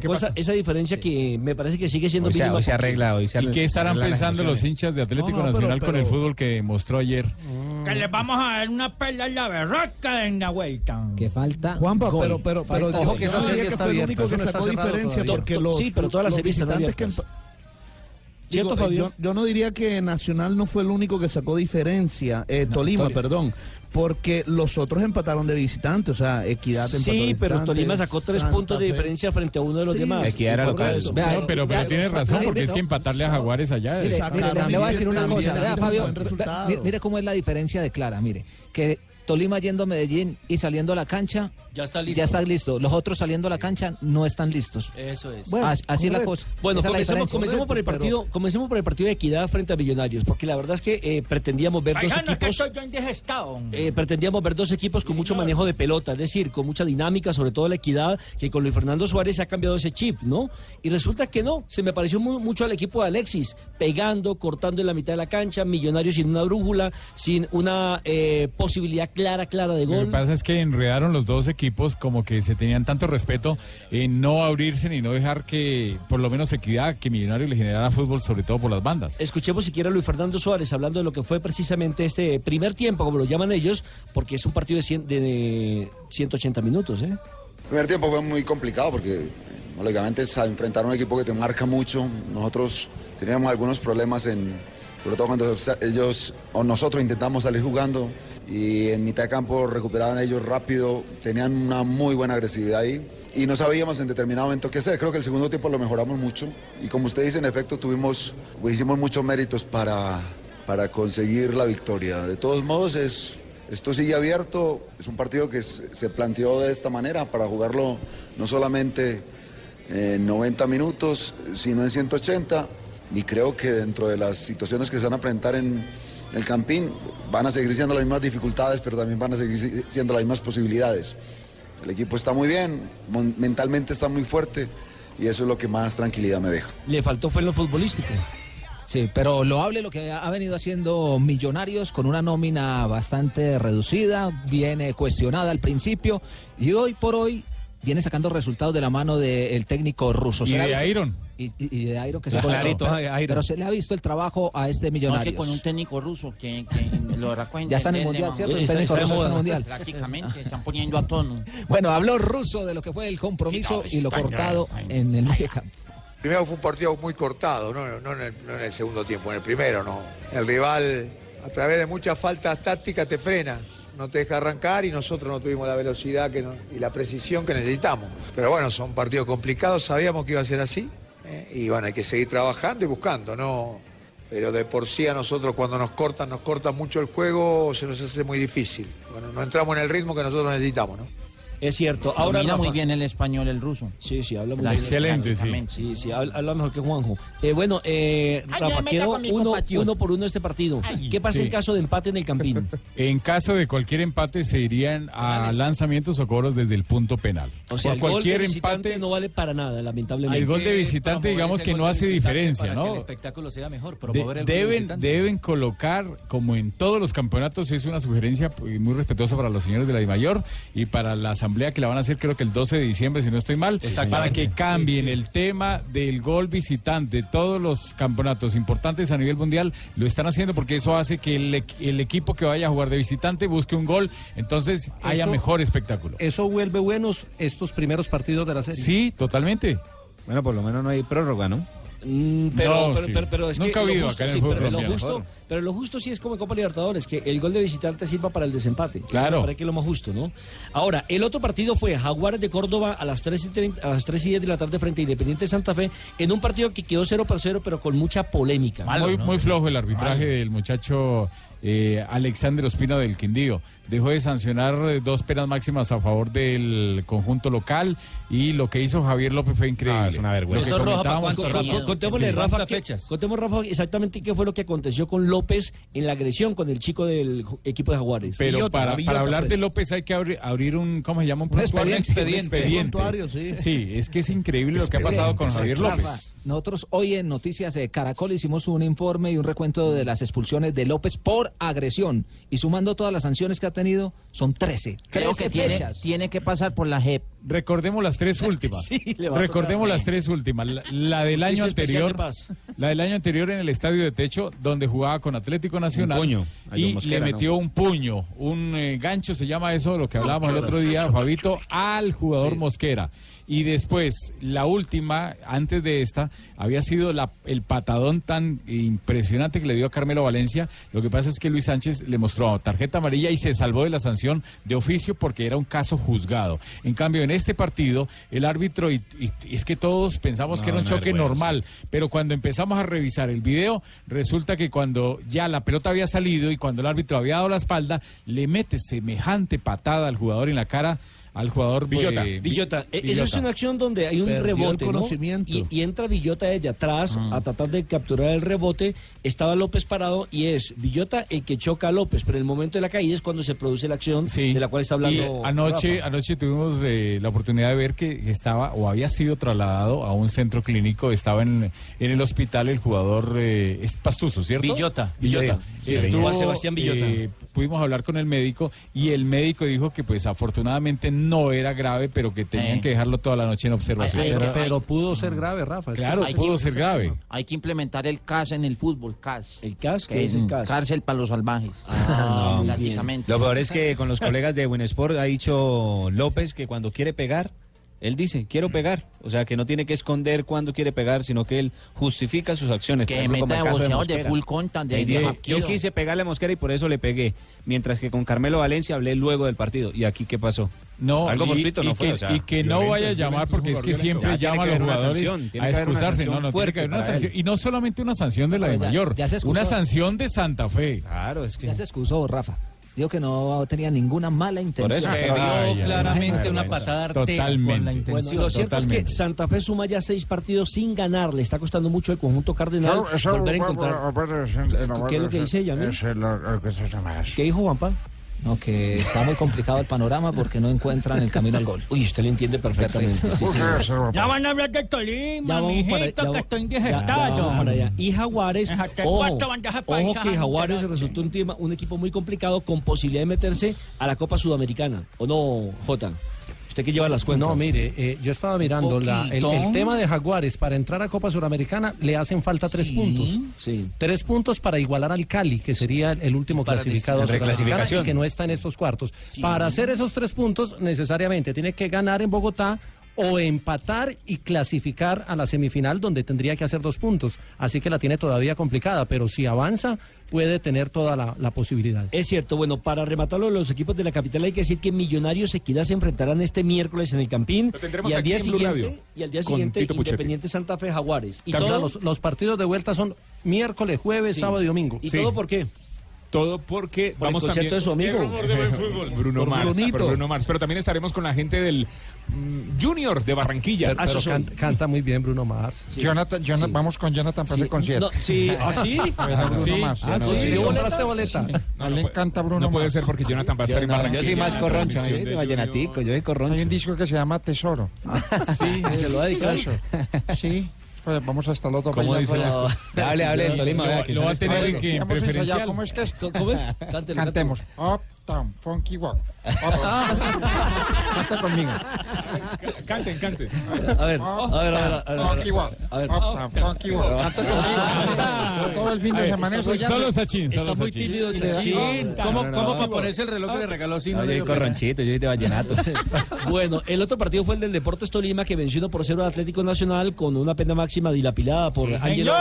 [SPEAKER 4] sacó esa, esa diferencia que me parece que sigue siendo
[SPEAKER 10] Hoy se-
[SPEAKER 4] mínima
[SPEAKER 10] hoy se
[SPEAKER 4] porque-
[SPEAKER 10] arregla, hoy se
[SPEAKER 9] ¿Y qué estarán
[SPEAKER 10] Arreglar las
[SPEAKER 9] pensando los
[SPEAKER 10] emociones.
[SPEAKER 9] hinchas de Atlético
[SPEAKER 10] No, no, pero-
[SPEAKER 9] Nacional con el
[SPEAKER 10] pero-
[SPEAKER 9] fútbol que mostró ayer?
[SPEAKER 17] Que les vamos a dar una perla en la berraca en la vuelta.
[SPEAKER 8] Que falta.
[SPEAKER 17] Juanpa,
[SPEAKER 8] gol.
[SPEAKER 17] pero- pero- pero
[SPEAKER 8] Falta
[SPEAKER 17] ojo
[SPEAKER 8] gol.
[SPEAKER 17] que esa Yo serie diría que está fue el abierta, único eso que no está sacó cerrado diferencia, todavía. porque
[SPEAKER 4] To- to-
[SPEAKER 17] los-
[SPEAKER 4] sí, pero todas las
[SPEAKER 17] los
[SPEAKER 4] series están
[SPEAKER 17] visitantes que
[SPEAKER 4] abiertas.
[SPEAKER 17] ¿Cierto,
[SPEAKER 12] Digo, eh,
[SPEAKER 17] Fabio?
[SPEAKER 12] Yo, yo no diría que Nacional no fue el único que sacó diferencia, eh, Tolima,
[SPEAKER 4] Tolima.
[SPEAKER 12] perdón, porque los otros empataron de visitante, o sea, Equidad empató de
[SPEAKER 4] Sí, pero
[SPEAKER 12] visitante,
[SPEAKER 4] Tolima sacó tres
[SPEAKER 12] Santa
[SPEAKER 4] puntos de
[SPEAKER 12] Fe.
[SPEAKER 4] diferencia frente a uno de los demás. Y por eso-
[SPEAKER 9] No, pero, pero tienes razón, porque es que empatarle a Jaguares allá
[SPEAKER 8] Mire,
[SPEAKER 9] es...
[SPEAKER 8] mire, le voy a decir una cosa, vea, Fabio, vea, mire, mire cómo es la diferencia de clara, mire, que Tolima yendo a Medellín y saliendo a la cancha,
[SPEAKER 4] Ya está listo.
[SPEAKER 8] ya está listo, los otros saliendo a la cancha no están listos.
[SPEAKER 4] Eso es.
[SPEAKER 8] Bueno, As- así es la correcto. cosa.
[SPEAKER 4] Bueno,
[SPEAKER 8] Esa es la
[SPEAKER 4] comencemos,
[SPEAKER 8] diferencia.
[SPEAKER 4] comencemos por el
[SPEAKER 8] Correcto,
[SPEAKER 4] partido, comencemos por el partido de equidad frente a Millonarios, porque la verdad es que eh, pretendíamos ver dos
[SPEAKER 17] Paisano, es que
[SPEAKER 4] equipos.
[SPEAKER 17] estoy yo indigestado.
[SPEAKER 4] eh, pretendíamos ver dos equipos con mucho manejo de pelota, es decir, con mucha dinámica, sobre todo la equidad, que con Luis Fernando Suárez se ha cambiado ese chip, ¿no? Y resulta que no, se me pareció mu- mucho al equipo de Alexis, pegando, cortando en la mitad de la cancha, Millonarios sin una brújula, sin una eh, posibilidad clara, clara de
[SPEAKER 9] Lo
[SPEAKER 4] gol.
[SPEAKER 9] que pasa es que enredaron los dos equipos como que se tenían tanto respeto en no abrirse ni no dejar que, por lo menos, equidad, que Millonario le generara fútbol, sobre todo por las bandas.
[SPEAKER 4] Escuchemos siquiera a Luis Fernando Suárez hablando de lo que fue precisamente este primer tiempo, como lo llaman ellos, porque es un partido de, cien- de- de 180 minutos. ¿eh?
[SPEAKER 18] El primer tiempo fue muy complicado porque, eh, lógicamente, sa- enfrentar a un equipo que te marca mucho. Nosotros teníamos algunos problemas, en, sobre todo cuando sa- ellos o nosotros intentamos salir jugando y en mitad de campo recuperaban ellos rápido. Tenían una muy buena agresividad ahí y no sabíamos en determinado momento qué hacer. Creo que el segundo tiempo lo mejoramos mucho y, como usted dice, en efecto, tuvimos, pues, hicimos muchos méritos para, para conseguir la victoria. De todos modos, es, esto sigue abierto. Es un partido que se se planteó de esta manera para jugarlo Eh, no solamente en 90 minutos, sino en 180. y creo que dentro de las situaciones que se van a presentar en el Campín van a seguir siendo las mismas dificultades, pero también van a seguir si- siendo las mismas posibilidades. El equipo está muy bien, mon- mentalmente está muy fuerte y eso es lo que más tranquilidad me deja.
[SPEAKER 4] Le faltó fue en lo futbolístico.
[SPEAKER 8] Sí, pero lo hable lo que ha ha venido haciendo Millonarios con una nómina bastante reducida, viene cuestionada al principio y hoy por hoy viene sacando resultados de la mano del técnico ruso.
[SPEAKER 9] Y
[SPEAKER 8] ¿Se le ha
[SPEAKER 9] de
[SPEAKER 8] visto-
[SPEAKER 9] Iron.
[SPEAKER 8] Y, y- y de Iron que se
[SPEAKER 9] Clarito,
[SPEAKER 8] pero,
[SPEAKER 9] ah, de Iron.
[SPEAKER 8] pero se le ha visto el trabajo a este
[SPEAKER 15] No, es
[SPEAKER 8] Millonarios.
[SPEAKER 15] que con un técnico ruso que, que lo recogen
[SPEAKER 8] Ya están en
[SPEAKER 15] del-
[SPEAKER 8] Mundial,
[SPEAKER 15] del-
[SPEAKER 8] ¿cierto? El técnico ruso está en Mundial.
[SPEAKER 15] Prácticamente, están poniendo a tono.
[SPEAKER 8] Bueno, habló ruso de lo que fue el compromiso y lo cortado en el medio campo.
[SPEAKER 19] Primero fue un partido muy cortado, no, no en el, no en el segundo tiempo, en el primero no. El rival, a través de muchas faltas tácticas, te frena, no te deja arrancar y nosotros no tuvimos la velocidad que no- y la precisión que necesitamos. Pero bueno, son partidos complicados, sabíamos que iba a ser así ¿eh? y bueno, hay que seguir trabajando y buscando, ¿no? Pero de por sí a nosotros cuando nos cortan, nos cortan mucho el juego, se nos hace muy difícil. Bueno, no entramos en el ritmo que nosotros necesitamos, ¿no?
[SPEAKER 4] Es cierto.
[SPEAKER 15] Ahora
[SPEAKER 4] Ahora
[SPEAKER 15] Domina muy
[SPEAKER 4] Rafa-
[SPEAKER 15] bien el español, el ruso.
[SPEAKER 4] Sí, sí, habla muy
[SPEAKER 15] La-
[SPEAKER 4] bien.
[SPEAKER 15] Excelente, sí.
[SPEAKER 4] Sí, sí, habla, habla mejor que Juanjo. Eh, bueno, eh,
[SPEAKER 15] Ay,
[SPEAKER 4] Rafa,
[SPEAKER 15] no me
[SPEAKER 4] quiero
[SPEAKER 15] meto con mi
[SPEAKER 4] uno,
[SPEAKER 15] compatriota.
[SPEAKER 4] uno por uno este partido. ¿Qué pasa
[SPEAKER 9] Sí.
[SPEAKER 4] en caso de empate en el Campín?
[SPEAKER 9] En caso de cualquier empate se irían a lanzamientos o cobros desde el punto penal.
[SPEAKER 4] O sea,
[SPEAKER 9] Por
[SPEAKER 4] el gol de
[SPEAKER 9] cualquier em-
[SPEAKER 4] visitante
[SPEAKER 9] empate
[SPEAKER 4] no vale para nada, lamentablemente.
[SPEAKER 9] El gol de visitante, digamos que no hace diferencia,
[SPEAKER 20] Para que
[SPEAKER 9] ¿no?
[SPEAKER 20] el espectáculo sea mejor,
[SPEAKER 9] De-
[SPEAKER 20] promover el gol
[SPEAKER 9] deben,
[SPEAKER 20] visitante.
[SPEAKER 9] deben colocar, como en todos los campeonatos, es una sugerencia pues, muy respetuosa para los señores de la DIMAYOR y para la asamblea que la van a hacer creo que el 12 de diciembre, si no estoy mal, para que cambien el tema del gol visitante. Todos los campeonatos importantes a nivel mundial lo están haciendo porque eso hace que el, equ- el equipo que vaya a jugar de visitante busque un gol, entonces haya
[SPEAKER 7] Eso-
[SPEAKER 9] mejor espectáculo.
[SPEAKER 7] Eso vuelve buenos estos primeros partidos de la serie.
[SPEAKER 9] Sí, totalmente.
[SPEAKER 10] Bueno, por lo menos no hay prórroga, ¿no? Mm,
[SPEAKER 4] Pero, pero, pero- pero es que lo justo, sí, pero, lo justo,
[SPEAKER 10] Mejor.
[SPEAKER 4] pero lo justo sí es como en Copa Libertadores, que el gol de visitante sirva para el desempate.
[SPEAKER 9] Claro.
[SPEAKER 4] Para que es lo más justo, ¿no? Ahora, el otro partido fue Jaguares de Córdoba a las 3 y, 30 a las 3 y 10 de la tarde frente a Independiente Santa Fe, en un partido que quedó 0 por 0, pero con mucha polémica.
[SPEAKER 9] muy, muy flojo el arbitraje del muchacho eh, Alexander Ospina del Quindío. Dejó de sancionar eh, dos penas máximas a favor del conjunto local y lo que hizo Javier López fue increíble. Ah, es una
[SPEAKER 4] Eso es roja para cuánto, Rafa. Contémosle, Rafa, qué- contemos, Rafa, exactamente qué fue lo que aconteció con López en la agresión con el chico del ju- equipo de Jaguares.
[SPEAKER 9] Pero para, para hablar de López hay que abri- abrir un, ¿cómo se llama? Un, prontuario,
[SPEAKER 8] expediente.
[SPEAKER 9] un expediente.
[SPEAKER 8] Prontuario, sí.
[SPEAKER 9] Sí, es que es increíble lo que ha pasado con Javier López.
[SPEAKER 8] Rafa, Nosotros hoy en Noticias eh, Caracol hicimos un informe y un recuento de las expulsiones de López por agresión. Y sumando todas las sanciones que ha tenido, son 13.
[SPEAKER 15] Creo que
[SPEAKER 8] 13
[SPEAKER 15] tiene,
[SPEAKER 8] fechas.
[SPEAKER 15] tiene que pasar por la E JEP.
[SPEAKER 9] Recordemos las tres últimas.
[SPEAKER 15] Sí, le va a
[SPEAKER 9] Recordemos
[SPEAKER 15] tocar.
[SPEAKER 9] las tres últimas. La, la del año
[SPEAKER 15] Justicia especial
[SPEAKER 9] anterior.
[SPEAKER 15] de paz.
[SPEAKER 9] La del año anterior en el estadio de techo, donde jugaba con Atlético Nacional.
[SPEAKER 10] Un puño a John
[SPEAKER 9] Y
[SPEAKER 10] Mosquera,
[SPEAKER 9] le metió
[SPEAKER 10] ¿no?
[SPEAKER 9] un puño, un eh, gancho, se llama eso, lo que hablábamos el otro día, Fabito, al jugador Mosquera. Y después, la última, antes de esta, había sido la- el patadón tan impresionante que le dio a Carmelo Valencia. Lo que pasa es que Luis Sánchez le mostró tarjeta amarilla y se salvó de la sanción de oficio porque era un caso juzgado. En cambio, en este partido, el árbitro, y, y- y es que todos pensamos que
[SPEAKER 14] No,
[SPEAKER 9] era un
[SPEAKER 14] una
[SPEAKER 9] choque
[SPEAKER 14] vergüenza.
[SPEAKER 9] normal, pero cuando empezamos a revisar el video, resulta que cuando ya la pelota había salido y cuando el árbitro había dado la espalda, le mete semejante patada al jugador en la cara, al jugador
[SPEAKER 4] Villota.
[SPEAKER 9] eh,
[SPEAKER 4] Villota. Eh, Eso es
[SPEAKER 9] Villota.
[SPEAKER 4] una acción donde hay un
[SPEAKER 9] Perdió el
[SPEAKER 4] rebote. ¿no?
[SPEAKER 9] conocimiento.
[SPEAKER 4] Y, y entra Villota desde atrás a tratar de capturar el rebote. Estaba López parado y es Villota el que choca a López. Pero en el momento de la caída es cuando se produce la acción de la cual está
[SPEAKER 9] Y
[SPEAKER 4] hablando.
[SPEAKER 9] anoche,
[SPEAKER 4] Rafa.
[SPEAKER 9] anoche tuvimos eh, la oportunidad de ver que estaba o había sido trasladado a un centro clínico, estaba en, en el hospital el jugador eh, es Pastuso, ¿cierto?
[SPEAKER 4] Villota. Villota.
[SPEAKER 9] Sí.
[SPEAKER 4] Estuvo-
[SPEAKER 9] Juan
[SPEAKER 4] Sebastián Villota.
[SPEAKER 9] eh, pudimos hablar con el médico y el médico dijo que pues afortunadamente no era grave, pero que tenían
[SPEAKER 15] Eh.
[SPEAKER 9] que dejarlo toda la noche en observación.
[SPEAKER 15] Ay, ay,
[SPEAKER 7] Pero,
[SPEAKER 15] ay.
[SPEAKER 7] pero pudo ser pues, grave, Rafa. es que
[SPEAKER 9] Claro,
[SPEAKER 7] eso-
[SPEAKER 9] pudo ser grave.
[SPEAKER 15] Hay que implementar el CAS en el fútbol, CAS.
[SPEAKER 4] ¿El CAS?
[SPEAKER 10] ¿Qué es el CAS?
[SPEAKER 15] Cárcel para los salvajes.
[SPEAKER 10] Ah, muy bien.
[SPEAKER 15] prácticamente.
[SPEAKER 10] Lo peor es que con los colegas de Winsport ha dicho López que cuando quiere pegar, él dice, quiero pegar. O sea, que no tiene que esconder cuando quiere pegar, sino que él justifica sus acciones.
[SPEAKER 15] Que
[SPEAKER 10] Por ejemplo,
[SPEAKER 15] meta
[SPEAKER 10] como el caso
[SPEAKER 15] boceador de
[SPEAKER 10] Mosquera.
[SPEAKER 15] full contact, de-
[SPEAKER 10] Él
[SPEAKER 15] de
[SPEAKER 10] dice,
[SPEAKER 15] Jaquiro.
[SPEAKER 10] Yo quise pegarle a Mosquera y por eso le pegué. Mientras que con Carmelo Valencia hablé luego del partido. ¿Y aquí qué pasó?
[SPEAKER 9] No,
[SPEAKER 10] Algo
[SPEAKER 9] y-
[SPEAKER 10] fortuito
[SPEAKER 9] y
[SPEAKER 10] no fue,
[SPEAKER 9] que-
[SPEAKER 10] o sea,
[SPEAKER 9] y que no
[SPEAKER 10] violento,
[SPEAKER 9] vaya a
[SPEAKER 10] es
[SPEAKER 9] llamar
[SPEAKER 10] violento,
[SPEAKER 9] porque
[SPEAKER 10] es
[SPEAKER 9] es
[SPEAKER 10] un
[SPEAKER 9] que
[SPEAKER 10] jugador
[SPEAKER 9] siempre
[SPEAKER 10] violento. Ya,
[SPEAKER 9] llama a
[SPEAKER 10] tiene
[SPEAKER 9] los
[SPEAKER 10] que haber una
[SPEAKER 9] jugadores a
[SPEAKER 10] sanción, tiene que haber una
[SPEAKER 9] excusarse.
[SPEAKER 10] sanción
[SPEAKER 9] No, no, tiene
[SPEAKER 10] fuerte
[SPEAKER 9] que haber una
[SPEAKER 10] para él.
[SPEAKER 9] sanción. Y no solamente una sanción de la
[SPEAKER 8] No,
[SPEAKER 9] de
[SPEAKER 8] ya-
[SPEAKER 9] mayor,
[SPEAKER 8] ya se excusó.
[SPEAKER 9] una sanción de Santa Fe.
[SPEAKER 10] Claro, es que.
[SPEAKER 8] Ya se excusó, Rafa. Digo que no tenía ninguna mala intención.
[SPEAKER 9] Ah,
[SPEAKER 20] se vio claramente una patada artera con la intención.
[SPEAKER 4] Bueno, lo cierto es que Santa Fe suma ya seis partidos sin ganar. Le está costando mucho al conjunto cardenal volver a encontrar. ¿Qué es lo que dice ella? mira?
[SPEAKER 8] ¿Qué dijo Juanpa? No, que está muy complicado el panorama porque no encuentran el camino al gol.
[SPEAKER 4] Uy, usted le entiende perfectamente. sí, señor.
[SPEAKER 20] Ya van a hablar de Tolima,
[SPEAKER 4] Ya vamos para-
[SPEAKER 20] mijito,
[SPEAKER 4] ya va-
[SPEAKER 20] que estoy
[SPEAKER 4] Ya, ya
[SPEAKER 20] indigestado.
[SPEAKER 4] vamos para allá. Y Jaguares,
[SPEAKER 20] Hasta
[SPEAKER 4] ojo,
[SPEAKER 20] cuatro bandejas
[SPEAKER 4] ojo
[SPEAKER 20] paisas
[SPEAKER 4] que Jaguares
[SPEAKER 20] antes.
[SPEAKER 4] resultó un, tema- un equipo muy complicado con posibilidad de meterse a la Copa Sudamericana. ¿O no, Jota? Usted que lleva las cuentas.
[SPEAKER 7] No, mire, eh, yo estaba mirando la- el,
[SPEAKER 4] Poquito.
[SPEAKER 7] el tema de Jaguares. Para entrar a Copa Suramericana le hacen falta tres puntos. Tres puntos para igualar al Cali, que sería el último
[SPEAKER 10] Para
[SPEAKER 7] clasificado a
[SPEAKER 10] des-
[SPEAKER 7] Suramericana
[SPEAKER 10] reclasificación.
[SPEAKER 7] y que no está en estos cuartos. Para hacer esos tres puntos, necesariamente tiene que ganar en Bogotá o empatar y clasificar a la semifinal donde tendría que hacer dos puntos. Así que la tiene todavía complicada, pero si avanza puede tener toda la- la posibilidad.
[SPEAKER 4] Es cierto, bueno, para rematarlo, los equipos de la capital hay que decir que Millonarios Equidad se enfrentarán este miércoles en el Campín.
[SPEAKER 7] tendremos
[SPEAKER 4] y al
[SPEAKER 7] aquí
[SPEAKER 4] día
[SPEAKER 7] en Blue Radio,
[SPEAKER 4] siguiente, y al día
[SPEAKER 7] con
[SPEAKER 4] siguiente
[SPEAKER 7] Tito Puchetti.
[SPEAKER 4] Independiente Santa Fe Jaguares. Y
[SPEAKER 7] O sea,
[SPEAKER 4] todo,
[SPEAKER 7] los, los partidos de vuelta son miércoles, jueves,
[SPEAKER 4] Sí.
[SPEAKER 7] sábado y domingo.
[SPEAKER 4] ¿Y todo por qué?
[SPEAKER 9] Todo porque
[SPEAKER 4] Por el
[SPEAKER 9] vamos también
[SPEAKER 4] concierto de su amigo.
[SPEAKER 9] Qué rumor de buen
[SPEAKER 7] Ah,
[SPEAKER 9] fútbol. Bruno
[SPEAKER 7] Por
[SPEAKER 9] Mars,
[SPEAKER 7] Brunito.
[SPEAKER 9] por Bruno Mars, pero también estaremos con la gente del mm, Junior de Barranquilla.
[SPEAKER 7] Pero, pero can- canta muy bien Bruno Mars.
[SPEAKER 9] Jonathan- Jonathan- Sí.
[SPEAKER 7] vamos con Jonathan
[SPEAKER 9] para Sí. el concierto. No, sí, ¿ah, sí? Bueno, Bruno Sí. Mars. Ah, sí, ¿sí?
[SPEAKER 7] ¿Compraste boleta?
[SPEAKER 9] le encanta Bruno. No puede ser porque Jonathan va a estar
[SPEAKER 10] Yo,
[SPEAKER 9] en
[SPEAKER 10] no, yo
[SPEAKER 9] Barranquilla. Ah,
[SPEAKER 10] soy más
[SPEAKER 9] en la
[SPEAKER 10] corroncho,
[SPEAKER 9] transmisión
[SPEAKER 10] ¿eh?
[SPEAKER 9] del
[SPEAKER 10] de vallenatico, yo soy corroncho. Hay un disco que se llama Tesoro.
[SPEAKER 9] Ah, Sí,
[SPEAKER 10] se lo va a dedicar. Eso.
[SPEAKER 9] Sí.
[SPEAKER 10] pues
[SPEAKER 9] vamos hasta el otro
[SPEAKER 10] ¿Cómo dicen las cosas? Hable, hable del Tolima, vea, que
[SPEAKER 9] Lo
[SPEAKER 10] se
[SPEAKER 9] va a
[SPEAKER 10] les
[SPEAKER 9] tener
[SPEAKER 10] paga.
[SPEAKER 9] en que en
[SPEAKER 10] Vamos a ensayar,
[SPEAKER 9] preferencial.
[SPEAKER 10] ¿cómo es que es?
[SPEAKER 4] ¿Cómo es?
[SPEAKER 10] Cantemos.
[SPEAKER 9] Uptown Funky Walk.
[SPEAKER 10] Ah.
[SPEAKER 9] Canta conmigo. Canten, canten.
[SPEAKER 4] A ver, a ver, a ver, a ver.
[SPEAKER 9] Funky Walk.
[SPEAKER 4] A ver.
[SPEAKER 9] Uptown Funky Walk. Canta conmigo. Todo el fin
[SPEAKER 4] A
[SPEAKER 9] de
[SPEAKER 4] ver,
[SPEAKER 9] semana.
[SPEAKER 4] está muy- solo Sachin,
[SPEAKER 9] Está
[SPEAKER 4] solo
[SPEAKER 9] muy
[SPEAKER 4] Sachin.
[SPEAKER 9] tímido
[SPEAKER 4] Y le da-
[SPEAKER 9] Sachin.
[SPEAKER 4] ¿Cómo-
[SPEAKER 10] No, no,
[SPEAKER 4] cómo
[SPEAKER 10] no,
[SPEAKER 4] para
[SPEAKER 10] no.
[SPEAKER 4] ponerse el reloj que le regaló Sino
[SPEAKER 10] No,
[SPEAKER 4] le
[SPEAKER 10] yo soy
[SPEAKER 4] dio pena?
[SPEAKER 10] corronchito, yo soy de vallenato.
[SPEAKER 4] Bueno, el otro partido fue el del Deportes Tolima que venció 1 por 0 al Atlético Nacional con una pena máxima dilapidada por Ángelo.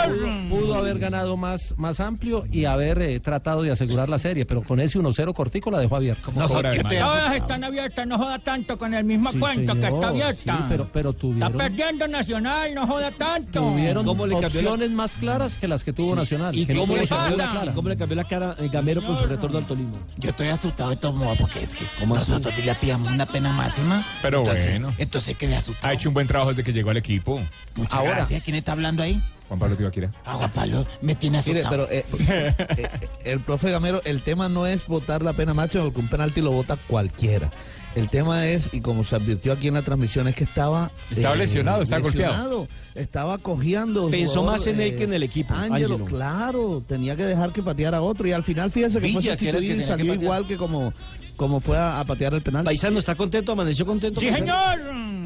[SPEAKER 7] Pudo, pudo haber ganado más, más amplio y haber eh, tratado de asegurar la serie, pero con ese 1-0 cortico la dejó abierta.
[SPEAKER 20] Todas están abiertas, no joda tanto con el mismo
[SPEAKER 7] Sí,
[SPEAKER 20] cuento que
[SPEAKER 7] señor,
[SPEAKER 20] está abierta.
[SPEAKER 7] sí, pero, pero
[SPEAKER 20] Está
[SPEAKER 7] tuvieron,
[SPEAKER 20] perdiendo Nacional, no joda tanto.
[SPEAKER 7] tuvieron opciones más claras que las que tuvo
[SPEAKER 4] Sí.
[SPEAKER 7] Nacional.
[SPEAKER 4] ¿Y
[SPEAKER 7] que no
[SPEAKER 4] cómo,
[SPEAKER 7] tuvo
[SPEAKER 4] le
[SPEAKER 7] Santa Fe
[SPEAKER 4] cambió,
[SPEAKER 7] clara.
[SPEAKER 4] y cómo le cambió la cara el Gamero con su retorno al Tolima?
[SPEAKER 15] Yo estoy asustado de todos modos porque es que nosotros dilapidamos una pena máxima.
[SPEAKER 9] Pero
[SPEAKER 15] entonces,
[SPEAKER 9] bueno.
[SPEAKER 15] Entonces quedé asustado.
[SPEAKER 9] Ha hecho un buen trabajo desde que llegó al equipo.
[SPEAKER 15] Muchas gracias. ¿Quién está hablando ahí?
[SPEAKER 9] Juan Pablo Tibaquira.
[SPEAKER 15] Ah, Juan Pablo, me tiene
[SPEAKER 12] Mire,
[SPEAKER 15] asustado.
[SPEAKER 12] pero eh, eh, eh, el profe Gamero, el tema no es votar la pena máxima, porque un penalti lo vota cualquiera. El tema es, y como se advirtió aquí en la transmisión, es que estaba. eh,
[SPEAKER 9] Estaba lesionado, estaba
[SPEAKER 12] lesionado, Estaba cojeando. el
[SPEAKER 4] Pensó
[SPEAKER 12] jugador,
[SPEAKER 4] más en él
[SPEAKER 12] eh,
[SPEAKER 4] que en el equipo,
[SPEAKER 12] Ángelo,
[SPEAKER 4] Ángelo.
[SPEAKER 12] claro, tenía que dejar que pateara otro. Y al final, fíjese que fue
[SPEAKER 4] Villa, que era el que
[SPEAKER 12] sustituido y
[SPEAKER 4] tenía que
[SPEAKER 12] salió
[SPEAKER 4] patear.
[SPEAKER 12] igual que como, como fue a, a patear el penalti.
[SPEAKER 4] Paisano, ¿está contento? ¿Amaneció contento? Pues,
[SPEAKER 20] Sí,
[SPEAKER 4] Paisano?
[SPEAKER 20] señor.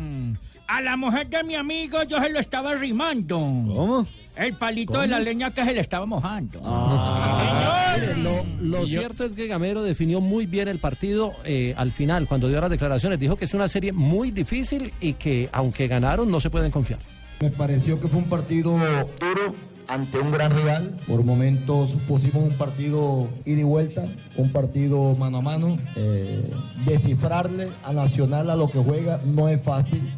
[SPEAKER 20] A la mujer de mi amigo yo se lo estaba rimando. ¿Cómo? El palito de la leña que se le estaba mojando.
[SPEAKER 7] Ah.
[SPEAKER 15] Ah.
[SPEAKER 7] Lo, lo cierto es que Gamero definió muy bien el partido eh, al final, cuando dio las declaraciones. Dijo que es una serie muy difícil y que, aunque ganaron, no se pueden confiar.
[SPEAKER 16] Me pareció que fue un partido duro ante un gran rival. Por momentos pusimos un partido ida y vuelta, un partido mano a mano. Eh, descifrarle a Nacional a lo que juega no es fácil.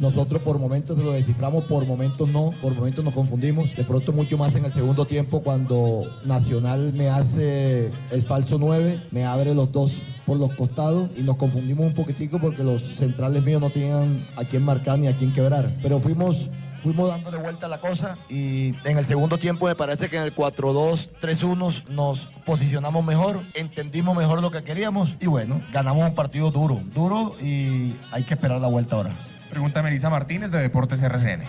[SPEAKER 16] Nosotros por momentos lo desciframos, por momentos no, por momentos nos confundimos. De pronto mucho más en el segundo tiempo cuando Nacional me hace el falso 9, me abre los dos por los costados y nos confundimos un poquitico porque los centrales míos no tenían a quién marcar ni a quién quebrar. Pero fuimos, fuimos dándole vuelta a la cosa y en el segundo tiempo me parece que en el 4-2-3-1 nos posicionamos mejor, entendimos mejor lo que queríamos y bueno, ganamos un partido duro, duro y hay que esperar la vuelta ahora. Pregunta Melissa Martínez de Deportes RCN.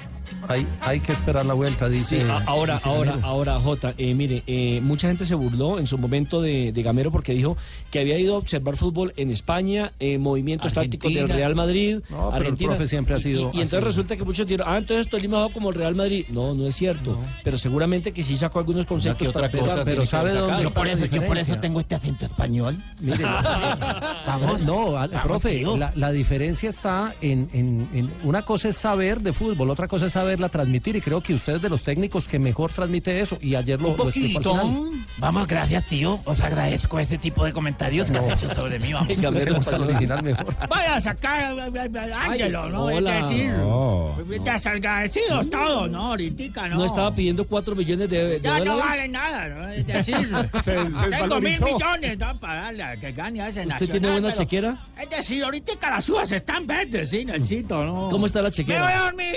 [SPEAKER 7] Hay, hay que esperar la vuelta,
[SPEAKER 4] Sí,
[SPEAKER 7] dice.
[SPEAKER 4] a- ahora,
[SPEAKER 7] dice
[SPEAKER 4] ahora,
[SPEAKER 7] Eh, Gamero.
[SPEAKER 4] ahora, Jota, eh, mire, eh, mucha gente se burló en su momento de, de Gamero porque dijo que había ido a observar fútbol en España, eh, movimientos tácticos
[SPEAKER 7] Argentina.
[SPEAKER 4] del Real Madrid,
[SPEAKER 7] No, pero el
[SPEAKER 4] Argentina.
[SPEAKER 7] profe siempre ha
[SPEAKER 4] Y- y-
[SPEAKER 7] sido
[SPEAKER 4] Y, entonces
[SPEAKER 7] así.
[SPEAKER 4] resulta que muchos dijeron, ah, entonces Tolima jugó como el Real Madrid. No, no es cierto. Pero seguramente que sí sacó algunos conceptos
[SPEAKER 15] que otra
[SPEAKER 4] para pegar.
[SPEAKER 15] cosa tiene que haber sacado. Yo por eso- yo por eso
[SPEAKER 4] tengo este acento español.
[SPEAKER 7] Mire, no, al-
[SPEAKER 15] Vamos,
[SPEAKER 7] profe,
[SPEAKER 15] tío.
[SPEAKER 7] la, la diferencia está en, en en- una cosa es saber de fútbol, otra cosa es saberla transmitir y creo que usted es de los técnicos que mejor transmite eso y ayer lo,
[SPEAKER 15] Un
[SPEAKER 7] lo explicó al
[SPEAKER 15] poquito.
[SPEAKER 7] final.
[SPEAKER 15] Vamos, gracias, tío. Os agradezco ese tipo de comentarios que
[SPEAKER 7] No.
[SPEAKER 15] has hecho sobre mí. Vamos.
[SPEAKER 7] Venga, vamos al original mejor.
[SPEAKER 20] Vaya a sacar eh, a Ángelo, ¿no?
[SPEAKER 4] hola.
[SPEAKER 20] Es decir,
[SPEAKER 4] No,
[SPEAKER 20] desagradecidos todos, ¿no? Ahorita no.
[SPEAKER 4] No estaba pidiendo 4 millones de, de
[SPEAKER 20] ya no
[SPEAKER 4] dólares.
[SPEAKER 20] vale nada, ¿no? Es decir,
[SPEAKER 4] Se- se
[SPEAKER 20] tengo mil
[SPEAKER 4] desvalorizó.
[SPEAKER 20] millones ¿no? para darle a que gane a ese
[SPEAKER 4] ¿Usted
[SPEAKER 20] nacional.
[SPEAKER 4] tiene buena
[SPEAKER 20] pero-
[SPEAKER 4] chequera?
[SPEAKER 20] Es decir, ahorita las uvas están verdes, sí, Nelsito, ¿no?
[SPEAKER 4] ¿Cómo está
[SPEAKER 20] Me voy
[SPEAKER 4] la
[SPEAKER 20] a
[SPEAKER 4] chequera?
[SPEAKER 7] Ah,
[SPEAKER 20] dormir.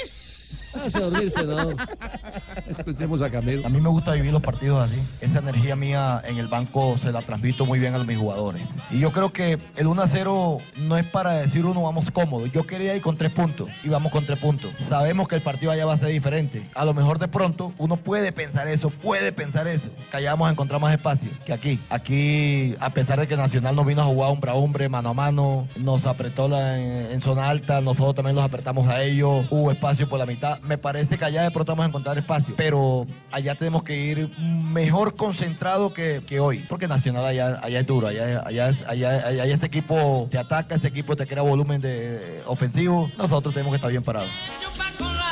[SPEAKER 4] Hace dormirse, ¿no?
[SPEAKER 7] Escuchemos a Camilo.
[SPEAKER 16] A mí me gusta vivir los partidos así. Esta energía mía en el banco se la transmito muy bien a mis jugadores. Y yo creo que el 1-0 no es para decir uno vamos cómodo. Yo quería ir con tres puntos y vamos con tres puntos. Sabemos que el partido allá va a ser diferente. A lo mejor de pronto uno puede pensar eso, puede pensar eso. Que allá vamos a encontrar más espacio que aquí. Aquí, a pesar de que Nacional nos vino a jugar hombre a hombre, mano a mano, nos apretó la- en, en zona alta, nosotros también los apretamos a ellos, hubo espacio por la mitad. Me parece que allá de pronto vamos a encontrar espacio, pero allá tenemos que ir mejor concentrado que, que hoy, porque Nacional allá, allá es duro, allá, allá, es- allá, allá- allá este equipo te ataca, este equipo te crea volumen de, eh, ofensivo, nosotros tenemos que estar bien parados.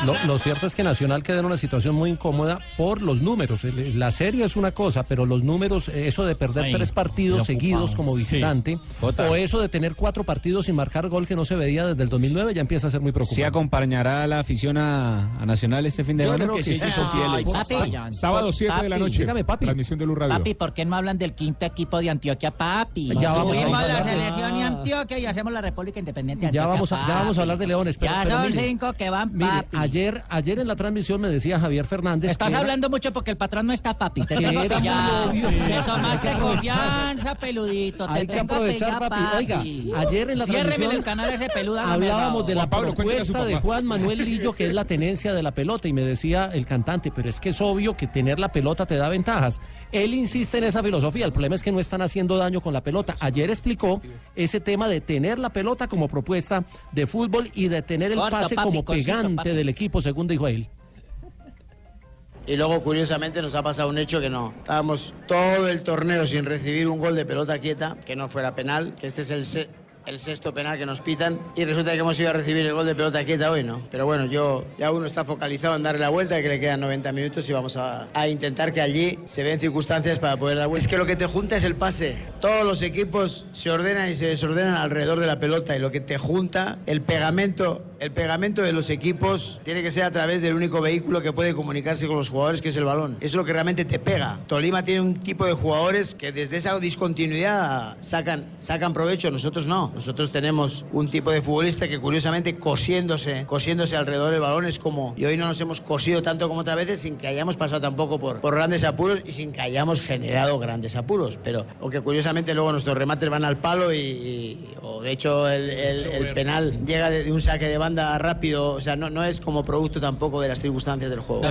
[SPEAKER 7] Lo, lo cierto es que Nacional queda en una situación muy incómoda por los números. El- La serie es una cosa, pero los números, eh, eso de perder
[SPEAKER 10] Ay,
[SPEAKER 7] tres partidos
[SPEAKER 10] preocupado.
[SPEAKER 7] seguidos como
[SPEAKER 10] Sí.
[SPEAKER 7] visitante,
[SPEAKER 10] Jota.
[SPEAKER 7] o eso de tener cuatro partidos sin marcar gol que no se veía desde el 2009, ya empieza a ser muy preocupante.
[SPEAKER 10] ¿Sí acompañará a la afición a, a Nacional este fin de
[SPEAKER 7] Yo
[SPEAKER 10] semana?
[SPEAKER 7] creo que sí, ellos son
[SPEAKER 10] Ay,
[SPEAKER 7] fieles.
[SPEAKER 10] papi.
[SPEAKER 15] Vayan.
[SPEAKER 10] Sábado 7 de la
[SPEAKER 15] Papi.
[SPEAKER 10] noche. Dígame, papi. Transmisión de Blue Radio.
[SPEAKER 15] Papi, ¿por qué no hablan del quinto equipo de Antioquia, papi?
[SPEAKER 7] Ya vamos a
[SPEAKER 15] Subimos
[SPEAKER 7] hablar.
[SPEAKER 15] la selección y Antioquia y hacemos la República Independiente de Antioquia,
[SPEAKER 7] Ah. Ya vamos, a, ya
[SPEAKER 15] papi.
[SPEAKER 7] vamos a hablar de Leones. Pero,
[SPEAKER 15] ya
[SPEAKER 7] pero
[SPEAKER 15] son
[SPEAKER 7] mire,
[SPEAKER 15] cinco que van,
[SPEAKER 7] mire,
[SPEAKER 15] papi.
[SPEAKER 7] ayer, ayer en la transmisión me decía Javier Fernández.
[SPEAKER 15] Estás
[SPEAKER 7] que era-
[SPEAKER 15] hablando mucho porque el patrón no está, papi. Ah, Te
[SPEAKER 7] Que
[SPEAKER 15] tengo
[SPEAKER 7] era muy
[SPEAKER 15] pillado.
[SPEAKER 7] obvio.
[SPEAKER 15] Te
[SPEAKER 7] Hay que
[SPEAKER 15] tomaste
[SPEAKER 7] aprovechar.
[SPEAKER 15] confianza, peludito. Te
[SPEAKER 7] Hay que
[SPEAKER 15] tengo
[SPEAKER 7] aprovechar,
[SPEAKER 15] pillado,
[SPEAKER 7] papi. Oiga, ayer en la
[SPEAKER 15] Ciérreme
[SPEAKER 7] transmisión
[SPEAKER 15] el canal ese peludo. hágame el
[SPEAKER 7] Hablábamos de la
[SPEAKER 15] favor.
[SPEAKER 7] propuesta de Juan Manuel Lillo, que es la tenencia de la pelota, y me decía el cantante, pero es que es obvio que tener la pelota te da ventajas. Él insiste en esa filosofía, el problema es que no están haciendo daño con la pelota. Ayer explicó ese tema de tener la pelota como propuesta de fútbol y de tener el
[SPEAKER 21] Corto,
[SPEAKER 7] pase
[SPEAKER 21] papi,
[SPEAKER 7] como
[SPEAKER 21] conciso,
[SPEAKER 7] pegante
[SPEAKER 21] papi.
[SPEAKER 7] del equipo, según dijo él.
[SPEAKER 21] Y luego, curiosamente, nos ha pasado un hecho que no. Estábamos todo el torneo sin recibir un gol de pelota quieta, que no fuera penal, que este es el, se- el sexto penal que nos pitan. Y resulta que hemos ido a recibir el gol de pelota quieta hoy, ¿no? Pero bueno, yo ya uno está focalizado en darle la vuelta, que le quedan 90 minutos y vamos a, a intentar que allí se den circunstancias para poder dar vuelta. Es que lo que te junta es el pase. Todos los equipos se ordenan y se desordenan alrededor de la pelota y lo que te junta, el pegamento, el pegamento de los equipos tiene que ser a través del único vehículo que puede comunicarse con los jugadores, que es el balón. Eso es lo que realmente te pega. Tolima tiene un tipo de jugadores que desde esa discontinuidad sacan, sacan provecho, nosotros no. Nosotros tenemos un tipo de futbolista que curiosamente cosiéndose, cosiéndose alrededor del balón es como, y hoy no nos hemos cosido tanto como otras veces sin que hayamos pasado tampoco por, por grandes apuros y sin que hayamos generado grandes apuros. Pero, aunque curiosamente luego nuestros remates van al palo y, y- o de hecho el, el- el penal llega de, de un saque de banda rápido, o sea, no, no es como producto tampoco de las circunstancias del juego.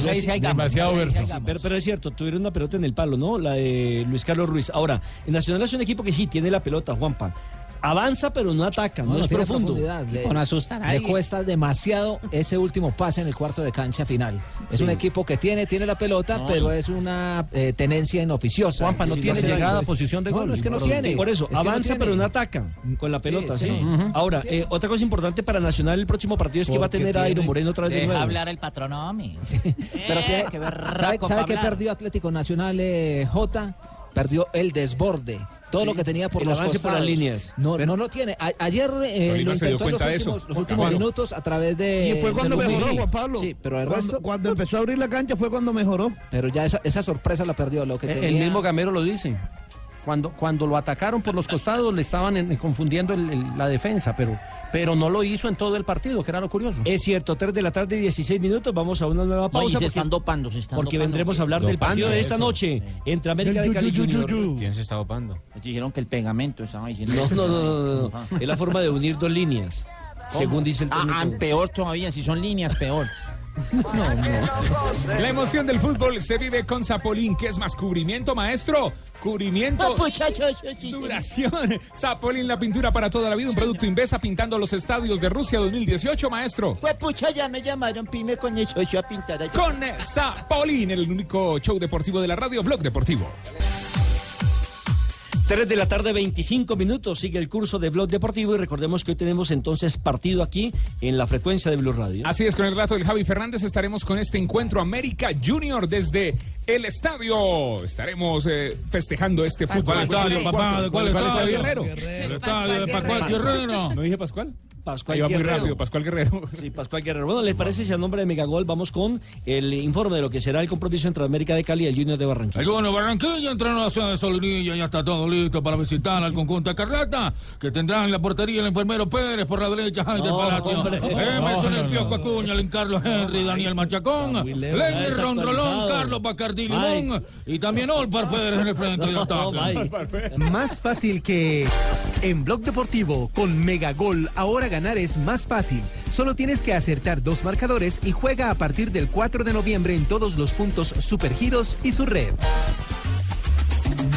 [SPEAKER 4] Pero, pero es cierto, tuvieron una pelota en el palo, ¿no? La de Luis Carlos Ruiz. Ahora, el Nacional es un equipo que sí tiene la pelota, Juanpa. Avanza, pero no ataca, no,
[SPEAKER 8] No, no
[SPEAKER 4] es
[SPEAKER 8] tiene
[SPEAKER 4] profundo.
[SPEAKER 8] profundidad, le-
[SPEAKER 4] Con asustar
[SPEAKER 8] Le cuesta demasiado ese último pase en el cuarto de cancha final. Es
[SPEAKER 4] Sí.
[SPEAKER 8] un equipo que tiene, tiene la pelota,
[SPEAKER 4] No.
[SPEAKER 8] pero es una eh, tenencia inoficiosa.
[SPEAKER 7] Juanpa, no
[SPEAKER 8] Sí,
[SPEAKER 7] tiene
[SPEAKER 8] hace
[SPEAKER 7] llegada
[SPEAKER 8] daño.
[SPEAKER 7] a posición de
[SPEAKER 8] No,
[SPEAKER 7] gol.
[SPEAKER 8] no, es que no
[SPEAKER 7] Improductivo.
[SPEAKER 8] tiene.
[SPEAKER 4] Por eso,
[SPEAKER 8] Es que no
[SPEAKER 4] avanza,
[SPEAKER 8] tiene.
[SPEAKER 4] pero no ataca con la pelota,
[SPEAKER 8] sí,
[SPEAKER 4] ¿sí?
[SPEAKER 8] sí. Ujú.
[SPEAKER 4] Ahora, eh, otra cosa importante para Nacional el próximo partido es que va a
[SPEAKER 8] Porque
[SPEAKER 4] tener a
[SPEAKER 8] tiene-
[SPEAKER 4] Iron Moreno otra vez de
[SPEAKER 15] Deja
[SPEAKER 4] nuevo.
[SPEAKER 15] hablar el patrón, hombre.
[SPEAKER 8] Pero
[SPEAKER 15] Eh,
[SPEAKER 8] tiene- ¿Sabe,
[SPEAKER 15] qué berraco
[SPEAKER 8] sabe
[SPEAKER 15] pa'
[SPEAKER 8] qué
[SPEAKER 15] hablar.
[SPEAKER 8] perdió Atlético Nacional eh, J? Perdió el desborde. Todo
[SPEAKER 4] Sí.
[SPEAKER 8] lo que tenía por
[SPEAKER 4] El
[SPEAKER 8] los
[SPEAKER 4] avance por las
[SPEAKER 8] costados.
[SPEAKER 4] líneas.
[SPEAKER 8] No, no lo tiene. A- ayer eh,
[SPEAKER 4] Tolima
[SPEAKER 8] lo
[SPEAKER 4] se dio
[SPEAKER 8] intentó en los
[SPEAKER 4] cuenta de
[SPEAKER 8] últimos,
[SPEAKER 4] eso,
[SPEAKER 8] los últimos
[SPEAKER 4] Juan.
[SPEAKER 8] minutos a través de...
[SPEAKER 12] Y fue cuando
[SPEAKER 8] de
[SPEAKER 12] mejoró,
[SPEAKER 8] Lucumí.
[SPEAKER 12] Juan Pablo.
[SPEAKER 8] Sí, pero el
[SPEAKER 12] cuando,
[SPEAKER 8] resto-
[SPEAKER 12] cuando empezó a abrir la cancha fue cuando mejoró.
[SPEAKER 8] Pero ya esa, esa sorpresa la perdió. Lo que
[SPEAKER 7] Eh, El- El
[SPEAKER 8] tenía-
[SPEAKER 7] mismo Gamero lo dice. Cuando, cuando lo atacaron por los costados le estaban en- confundiendo el- el- la defensa, pero, pero no lo hizo en todo el partido, que era lo curioso.
[SPEAKER 4] Es cierto, 3 de la tarde y 16 minutos, vamos a una nueva
[SPEAKER 7] No, y
[SPEAKER 4] pausa.
[SPEAKER 7] se están
[SPEAKER 4] dopando, se
[SPEAKER 7] están
[SPEAKER 4] Porque
[SPEAKER 7] dopando.
[SPEAKER 4] vendremos a hablar del
[SPEAKER 7] Dopando,
[SPEAKER 4] partido de esta
[SPEAKER 7] eso.
[SPEAKER 4] noche entre América de Cali Junior.
[SPEAKER 10] ¿Quién se está dopando?
[SPEAKER 15] Dijeron que el pegamento estaba diciendo.
[SPEAKER 4] No, no, no, no, no. Es la forma de unir dos líneas, según dice el técnico.
[SPEAKER 15] Ah, ah, peor todavía, si son líneas, peor.
[SPEAKER 14] La emoción del fútbol se vive con Zapolín, que es más cubrimiento, maestro.
[SPEAKER 22] Pues,
[SPEAKER 3] Ah,
[SPEAKER 14] Cubrimiento.
[SPEAKER 3] pues,
[SPEAKER 22] Ah,
[SPEAKER 14] Duración. Zapolín, la pintura para toda la vida, un producto Invesa pintando los estadios de Rusia 2018, maestro.
[SPEAKER 15] Pues pucha, ya me llamaron, pime con eso, yo a pintar allá.
[SPEAKER 14] Con Zapolín, el único show deportivo de la radio, Blog Deportivo.
[SPEAKER 4] 3 de la tarde, 25 minutos. Sigue el curso de Blog Deportivo y recordemos que hoy tenemos entonces partido aquí en la frecuencia de Blue Radio.
[SPEAKER 14] Así es, con el rato del Javi Fernández estaremos con este encuentro América Junior desde el estadio. Estaremos eh, festejando este
[SPEAKER 3] ¿Cuál
[SPEAKER 14] fútbol.
[SPEAKER 3] estadio, papá? ¿De cuál estadio?
[SPEAKER 14] Guerrero?
[SPEAKER 3] Guerrero. El estadio de Pascual Guerrero.
[SPEAKER 4] ¿No dije Pascual? Pascual
[SPEAKER 14] Ahí va Ah, muy
[SPEAKER 4] Guerrero.
[SPEAKER 14] rápido, Pascual Guerrero.
[SPEAKER 4] Sí, Pascual Guerrero. Bueno, ¿les parece si a nombre de Megagol vamos con el informe de lo que será el compromiso entre América de Cali y el Junior de Barranquilla?
[SPEAKER 3] El bueno Barranquilla entrenó a Ciudad de Solinilla, ya está todo listo para visitar al conjunto de Carlata, que tendrán en la portería el enfermero Pérez por la derecha, Jaime
[SPEAKER 14] No,
[SPEAKER 3] Palacio, Eh,
[SPEAKER 14] hombre.
[SPEAKER 3] Emerson
[SPEAKER 14] No,
[SPEAKER 3] El Piojo Acuña, Len Carlos Henry, Daniel Machacón,
[SPEAKER 14] lejos.
[SPEAKER 3] Lenny
[SPEAKER 14] Está
[SPEAKER 3] Rondrolón,
[SPEAKER 14] desactualizado.
[SPEAKER 3] Carlos Bacardi
[SPEAKER 14] Mike.
[SPEAKER 3] Limón y también Olpar Pérez en el frente de
[SPEAKER 23] No,
[SPEAKER 3] ataque.
[SPEAKER 23] Más fácil que en Blog Deportivo con Megagol ahora ganar es más fácil. Solo tienes que acertar dos marcadores y juega a partir del 4 de noviembre en todos los puntos Supergiros y su red.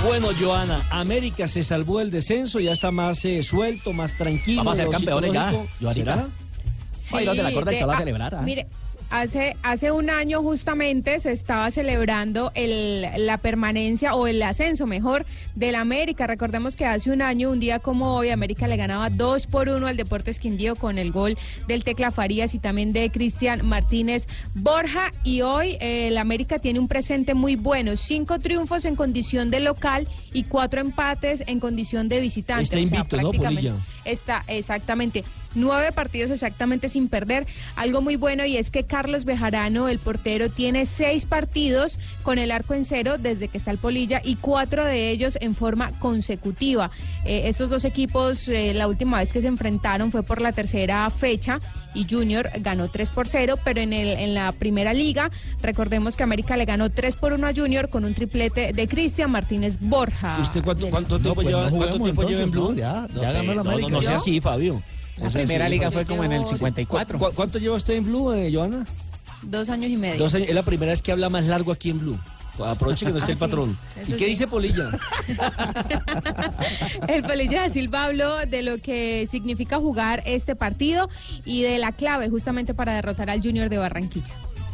[SPEAKER 4] Bueno, Joana, América se salvó el descenso, ya está más eh, suelto, más tranquilo.
[SPEAKER 24] Vamos a ser
[SPEAKER 4] lo
[SPEAKER 24] campeones ya,
[SPEAKER 4] psicológico.
[SPEAKER 24] Joanita.
[SPEAKER 4] ¿Será?
[SPEAKER 24] Ay, no, te la corta el
[SPEAKER 25] de-
[SPEAKER 24] chaval a
[SPEAKER 25] ah,
[SPEAKER 24] celebrar, ah.
[SPEAKER 25] Mire, hace, hace un año justamente se estaba celebrando el, la permanencia o el ascenso, mejor, del América. Recordemos que hace un año, un día como hoy, América le ganaba 2 por 1 al Deportes Quindío con el gol del Tecla Farías y también de Cristian Martínez Borja. Y hoy eh, el América tiene un presente muy bueno: cinco triunfos en condición de local y cuatro empates en condición de visitante.
[SPEAKER 4] Está
[SPEAKER 25] O sea,
[SPEAKER 4] invicto, ¿no,
[SPEAKER 25] prácticamente-
[SPEAKER 4] Polilla?
[SPEAKER 25] Está exactamente. Nueve partidos exactamente sin perder. Algo muy bueno y es que Carlos Bejarano, el portero, tiene seis partidos con el arco en cero desde que está el Polilla y cuatro de ellos en forma consecutiva. Eh, estos dos equipos, eh, la última vez que se enfrentaron fue por la tercera fecha y Junior ganó 3 por 0, pero en, el, en la primera liga, recordemos que América le ganó 3 por 1 a Junior con un triplete de Cristian Martínez Borja.
[SPEAKER 4] ¿Usted cuánto, cuánto
[SPEAKER 25] No,
[SPEAKER 4] tiempo,
[SPEAKER 25] pues no
[SPEAKER 4] lleva, cuánto
[SPEAKER 25] juguemos
[SPEAKER 4] tiempo lleva en Blue?
[SPEAKER 25] entonces, ¿no? Ya, ya
[SPEAKER 4] No, eh,
[SPEAKER 25] ganó la
[SPEAKER 4] no,
[SPEAKER 25] América.
[SPEAKER 4] No, no sea
[SPEAKER 25] ¿Yo?
[SPEAKER 4] así, Fabio.
[SPEAKER 25] La primera liga fue como en el
[SPEAKER 4] 54. ¿Cuánto lleva usted en Blue, eh, Joana?
[SPEAKER 25] Dos años y medio.
[SPEAKER 4] Dos años. Es la primera vez que habla más largo aquí en Blue. Aproveche que no esté
[SPEAKER 25] Ah,
[SPEAKER 4] el
[SPEAKER 25] sí,
[SPEAKER 4] patrón. ¿Y
[SPEAKER 25] eso
[SPEAKER 4] qué
[SPEAKER 25] sí.
[SPEAKER 4] dice Polilla?
[SPEAKER 25] El Polilla da Silva habló de lo que significa jugar este partido y de la clave justamente para derrotar al Junior de Barranquilla.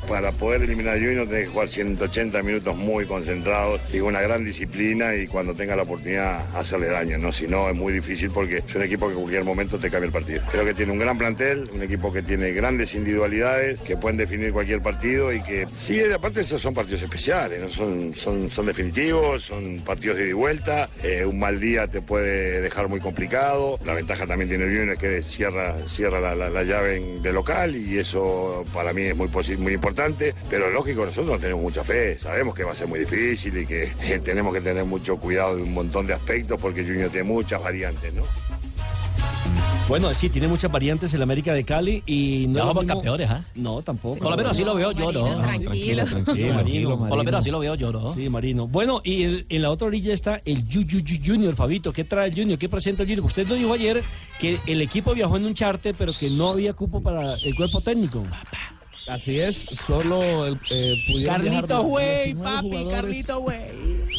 [SPEAKER 26] Para poder eliminar a Junior tenés que jugar 180 minutos muy concentrados y con una gran disciplina y cuando tenga la oportunidad hacerle daño, ¿no? Si no, es muy difícil porque es un equipo que en cualquier momento te cambia el partido. Creo que tiene un gran plantel, un equipo que tiene grandes individualidades, que pueden definir cualquier partido y que... Sí, aparte esos son partidos especiales, ¿no? Son, son, son definitivos, son partidos de ida y vuelta, eh, un mal día te puede dejar muy complicado, la ventaja también tiene el Junior es que cierra, cierra la, la- la llave en- de local y eso para mí es muy, posi- muy importante, pero lógico, nosotros no tenemos mucha fe, sabemos que va a ser muy difícil y que eh, tenemos que tener mucho cuidado de un montón de aspectos porque el Junior tiene muchas variantes, ¿no?
[SPEAKER 4] Bueno, sí, tiene muchas variantes el América de Cali y no.
[SPEAKER 24] Ya
[SPEAKER 4] es lo
[SPEAKER 24] somos
[SPEAKER 4] mismo-
[SPEAKER 24] campeones, ¿ah?
[SPEAKER 4] No, tampoco.
[SPEAKER 24] Por lo menos así lo veo yo, ¿no? Marino, tranquilo. Tranquilo, Por lo menos así lo veo yo, ¿no?
[SPEAKER 4] Sí, Marino. Bueno, y el- en la otra orilla está el Yu Yu Yu Junior, Fabito. ¿Qué trae el Junior? ¿Qué presenta el Junior? Usted nos dijo ayer que el equipo viajó en un charter, pero que no había cupo para el cuerpo técnico.
[SPEAKER 12] Así es, solo el, eh, pudieron viajar
[SPEAKER 15] Carlito
[SPEAKER 12] los
[SPEAKER 15] güey,
[SPEAKER 12] 19
[SPEAKER 15] papi,
[SPEAKER 12] jugadores.
[SPEAKER 15] Carlito güey.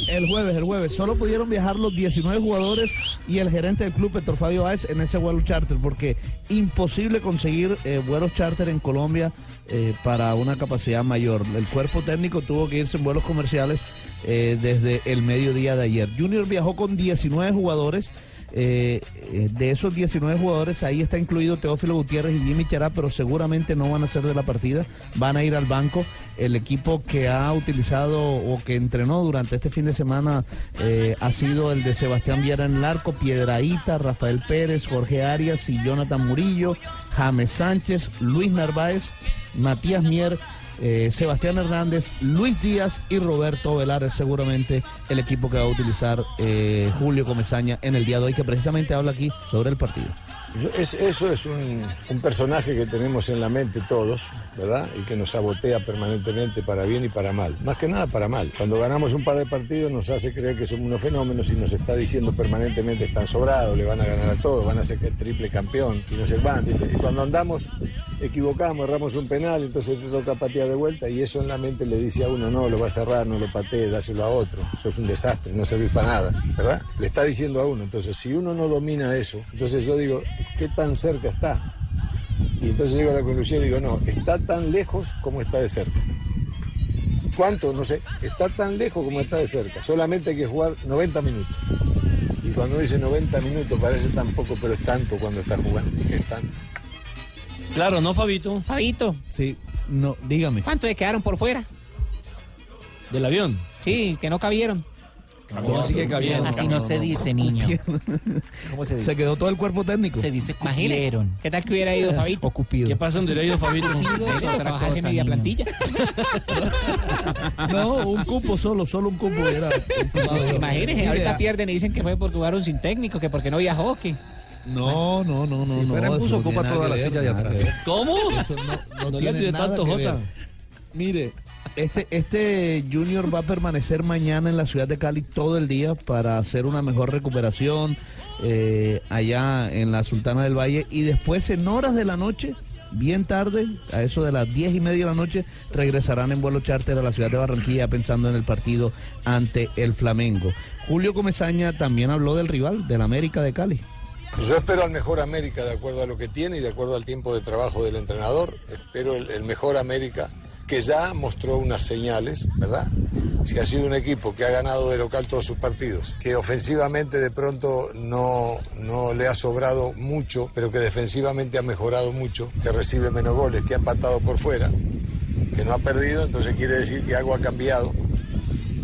[SPEAKER 12] El jueves, el jueves. Solo pudieron viajar los 19 jugadores y el gerente del club, Petro Fabio Báez, en ese vuelo charter, porque imposible conseguir eh, vuelos charter en Colombia eh, para una capacidad mayor. El cuerpo técnico tuvo que irse en vuelos comerciales eh, desde el mediodía de ayer. Junior viajó con 19 jugadores. Eh, eh, de esos 19 jugadores, ahí está incluido Teófilo Gutiérrez y Jimmy Chará, pero seguramente no van a ser de la partida, van a ir al banco. El equipo que ha utilizado o que entrenó durante este fin de semana eh, ha sido el de Sebastián Viera en el arco, Piedraíta, Rafael Pérez, Jorge Arias y Jonathan Murillo, James Sánchez, Luis Narváez, Matías Mier. eh, Sebastián Hernández, Luis Díaz y Roberto Velar seguramente el equipo que va a utilizar eh, Julio Comesaña en el día de hoy, que precisamente habla aquí sobre el partido.
[SPEAKER 27] Yo- es- eso es un, un personaje que tenemos en la mente todos, ¿verdad? Y que nos sabotea permanentemente para bien y para mal. Más que nada para mal. Cuando ganamos un par de partidos nos hace creer que somos unos fenómenos y nos está diciendo permanentemente están sobrados, le van a ganar a todos, van a ser que triple campeón y no sé cuánto. Y cuando andamos equivocamos, erramos un penal, entonces te toca patear de vuelta y eso en la mente le dice a uno, no, lo va a cerrar, no lo patees, dáselo a otro, eso es un desastre, no servís para nada, ¿verdad? Le está diciendo a uno, entonces si uno no domina eso, entonces yo digo, ¿qué tan cerca está? Y entonces llego a la conclusión y digo, no, está tan lejos como está de cerca. ¿Cuánto? No sé, está tan lejos como está de cerca, solamente hay que jugar 90 minutos. Cuando dice 90 minutos parece tan poco, pero es tanto cuando está jugando. Es tanto.
[SPEAKER 4] Claro, ¿no, Oh, Fabito?
[SPEAKER 1] Fabito.
[SPEAKER 7] Sí, no, dígame.
[SPEAKER 1] ¿Cuánto le quedaron por fuera?
[SPEAKER 4] ¿Del avión?
[SPEAKER 1] Sí, que no cabieron.
[SPEAKER 4] ¿Cómo así que cabieron?
[SPEAKER 1] Así no, se dice, niño. ¿Cómo se
[SPEAKER 12] Se quedó todo el cuerpo técnico. Eh,
[SPEAKER 1] Se dice cupieron. ¿Qué tal que hubiera ido Fabito? O
[SPEAKER 4] Cupido. ¿Qué pasa donde le ha ido Fabito?
[SPEAKER 1] Eso, trabajas en media plantilla.
[SPEAKER 12] No, un cupo solo, solo un cupo era.
[SPEAKER 1] Imagínense, ahorita pierden y dicen que fue porque jugaron sin técnico, que porque no viajó, que...
[SPEAKER 12] No, no, no, no.
[SPEAKER 7] Si
[SPEAKER 12] no,
[SPEAKER 7] fuera en
[SPEAKER 12] eso
[SPEAKER 7] bus,
[SPEAKER 12] no
[SPEAKER 7] ocupa
[SPEAKER 12] tiene
[SPEAKER 7] toda
[SPEAKER 12] nada
[SPEAKER 7] la
[SPEAKER 12] que
[SPEAKER 7] silla de
[SPEAKER 12] nada
[SPEAKER 7] atrás.
[SPEAKER 12] que ver.
[SPEAKER 4] ¿Cómo?
[SPEAKER 12] Eso no,
[SPEAKER 4] No
[SPEAKER 12] no
[SPEAKER 4] le
[SPEAKER 12] tiene
[SPEAKER 4] tire
[SPEAKER 12] nada
[SPEAKER 4] tanto,
[SPEAKER 12] que ver.
[SPEAKER 4] Jota.
[SPEAKER 12] Mire, este, este Junior va a permanecer mañana en la ciudad de Cali todo el día para hacer una mejor recuperación eh, allá en la Sultana del Valle y después en horas de la noche. Bien tarde, a eso de las diez y media de la noche, regresarán en vuelo charter a la ciudad de Barranquilla pensando en el partido ante el Flamengo. Julio Comesaña también habló del rival, del América de Cali.
[SPEAKER 27] Pues Yo espero al mejor América de acuerdo a lo que tiene y de acuerdo al tiempo de trabajo del entrenador. Espero el, el mejor América que ya mostró unas señales, ¿verdad? Si ha sido un equipo que ha ganado de local todos sus partidos, que ofensivamente de pronto no, no le ha sobrado mucho, pero que defensivamente ha mejorado mucho, que recibe menos goles, que ha empatado por fuera, que no ha perdido, entonces quiere decir que algo ha cambiado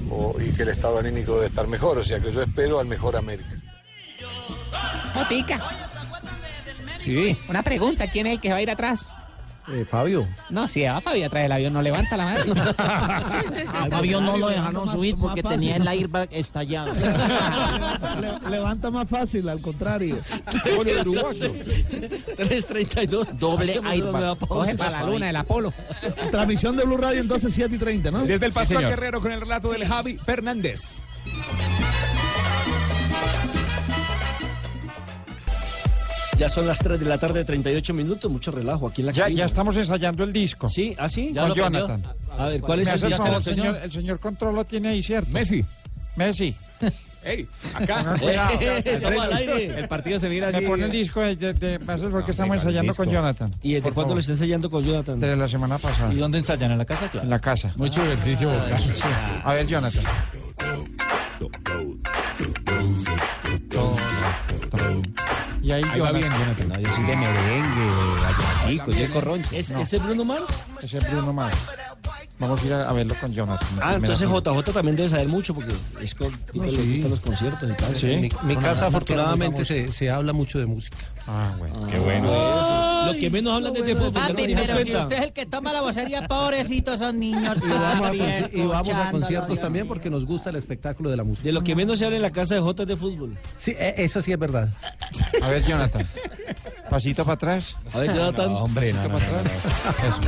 [SPEAKER 27] o- y que el estado anímico debe estar mejor. O sea que yo espero al mejor América.
[SPEAKER 1] Jotica,
[SPEAKER 7] Sí,
[SPEAKER 1] una pregunta, ¿quién es el que va a ir atrás?
[SPEAKER 7] eh, Fabio.
[SPEAKER 1] No, si va Fabio atrás del avión, no levanta la mano.
[SPEAKER 4] Ah,
[SPEAKER 12] Al
[SPEAKER 15] Fabio no lo
[SPEAKER 12] contrario,
[SPEAKER 15] dejaron
[SPEAKER 12] más-
[SPEAKER 15] subir
[SPEAKER 12] más
[SPEAKER 15] porque
[SPEAKER 12] fácil,
[SPEAKER 15] tenía
[SPEAKER 12] ¿no?
[SPEAKER 15] el airbag estallado.
[SPEAKER 12] Le- levanta más fácil, al contrario.
[SPEAKER 4] Gol uruguayo. 332.
[SPEAKER 15] Doble airbag.
[SPEAKER 1] Coge para la luna, el Apolo.
[SPEAKER 12] Transmisión de Blue Radio entonces 7 y 30, ¿no?
[SPEAKER 14] Desde el
[SPEAKER 12] Sí,
[SPEAKER 14] Pascual
[SPEAKER 12] señor.
[SPEAKER 14] Guerrero con el relato del Javi Fernández.
[SPEAKER 4] Ya son las 3 de la tarde, 38 minutos, mucho relajo aquí en la
[SPEAKER 2] Ya,
[SPEAKER 4] cabina.
[SPEAKER 2] ya estamos ensayando el disco.
[SPEAKER 4] Sí, así.
[SPEAKER 2] Con Jonathan.
[SPEAKER 4] A ver, ¿cuál
[SPEAKER 2] ¿Me
[SPEAKER 4] es
[SPEAKER 2] hace
[SPEAKER 4] el ya se
[SPEAKER 2] el favor,
[SPEAKER 4] lo enseñó?
[SPEAKER 2] señor? El señor Control lo tiene ahí, ¿cierto?
[SPEAKER 14] Messi.
[SPEAKER 2] Messi.
[SPEAKER 14] ¡Ey! ¡Acá!
[SPEAKER 2] Tengan cuidado.
[SPEAKER 4] Estamos al aire.
[SPEAKER 2] El
[SPEAKER 1] partido se
[SPEAKER 4] mira así.
[SPEAKER 2] Me pone el disco de, de, de- me hace el favor que estamos ensayando con Jonathan.
[SPEAKER 4] ¿Y desde
[SPEAKER 2] Por
[SPEAKER 4] cuándo
[SPEAKER 2] favor.
[SPEAKER 4] lo está ensayando con Jonathan?
[SPEAKER 2] Desde la semana pasada.
[SPEAKER 4] ¿Y dónde ensayan? ¿En la casa? Claro.
[SPEAKER 2] En la casa. Ah,
[SPEAKER 14] Mucho ejercicio vocal.
[SPEAKER 2] A ver, Jonathan. Y ahí,
[SPEAKER 14] Ahí va bien, Jonathan.
[SPEAKER 1] No, yo soy de merengue, galletico, yo de corroncho.
[SPEAKER 4] ¿Es, ¿Es el Bruno Mars?
[SPEAKER 2] Ese es Bruno Mars. Vamos a ir a, a verlo con Jonathan.
[SPEAKER 4] Ah,
[SPEAKER 2] Mira,
[SPEAKER 4] entonces
[SPEAKER 2] mira.
[SPEAKER 4] JJ también debe saber mucho porque es con tipo
[SPEAKER 7] No,
[SPEAKER 4] le
[SPEAKER 7] sí.
[SPEAKER 4] gustan los conciertos y tal.
[SPEAKER 7] En Mi, mi
[SPEAKER 4] Bueno,
[SPEAKER 7] casa
[SPEAKER 4] no, no,
[SPEAKER 7] afortunadamente
[SPEAKER 4] no,
[SPEAKER 7] se, se habla mucho de música.
[SPEAKER 2] Ah, bueno.
[SPEAKER 4] Qué bueno. Eso. Lo que menos hablan es de fútbol. ya no
[SPEAKER 15] Papi,
[SPEAKER 4] te das
[SPEAKER 15] pero si
[SPEAKER 4] cuenta.
[SPEAKER 15] usted es el que toma la vocería, pobrecito son niños.
[SPEAKER 7] Y vamos a,
[SPEAKER 15] papi,
[SPEAKER 7] conci- y vamos a
[SPEAKER 15] escuchándolo,
[SPEAKER 7] conciertos
[SPEAKER 15] Dios
[SPEAKER 7] también porque nos gusta el espectáculo de la música.
[SPEAKER 4] De lo que menos se habla en la casa de J es de fútbol.
[SPEAKER 7] Sí, e- eso sí es verdad.
[SPEAKER 2] A ver, Jonathan. Pasito para atrás.
[SPEAKER 4] A ver, Jonathan.
[SPEAKER 2] No, hombre, no, no, no, no. Eso.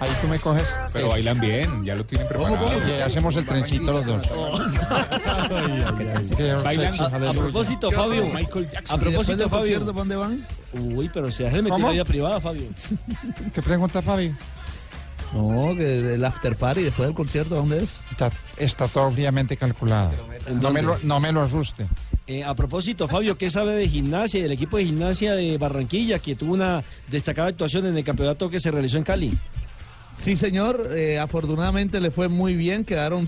[SPEAKER 2] Ahí tú me coges.
[SPEAKER 14] Pero bailan bien, ya lo tienen preparado.
[SPEAKER 2] Ya hacemos el trencito los dos. Que yo
[SPEAKER 4] Bailan.
[SPEAKER 2] sexy,
[SPEAKER 4] A- a
[SPEAKER 2] aleluya.
[SPEAKER 4] propósito, Fabio. A
[SPEAKER 12] ¿Y después
[SPEAKER 4] propósito,
[SPEAKER 12] del
[SPEAKER 4] Fabio.
[SPEAKER 12] concierto, ¿pa' dónde van?
[SPEAKER 4] Uy, pero se hace metido
[SPEAKER 2] ¿Cómo?
[SPEAKER 4] vida privada, Fabio.
[SPEAKER 2] ¿Qué pregunta, Fabio?
[SPEAKER 12] No, que el after party después del concierto, ¿dónde es?
[SPEAKER 2] Está, está todo fríamente calculado. No me, lo, no me lo asuste.
[SPEAKER 4] Eh, a propósito, Fabio, ¿qué sabe de gimnasia, y del equipo de gimnasia de Barranquilla, que tuvo una destacada actuación en el campeonato que se realizó en Cali?
[SPEAKER 12] Sí, señor. eh, afortunadamente le fue muy bien. Quedaron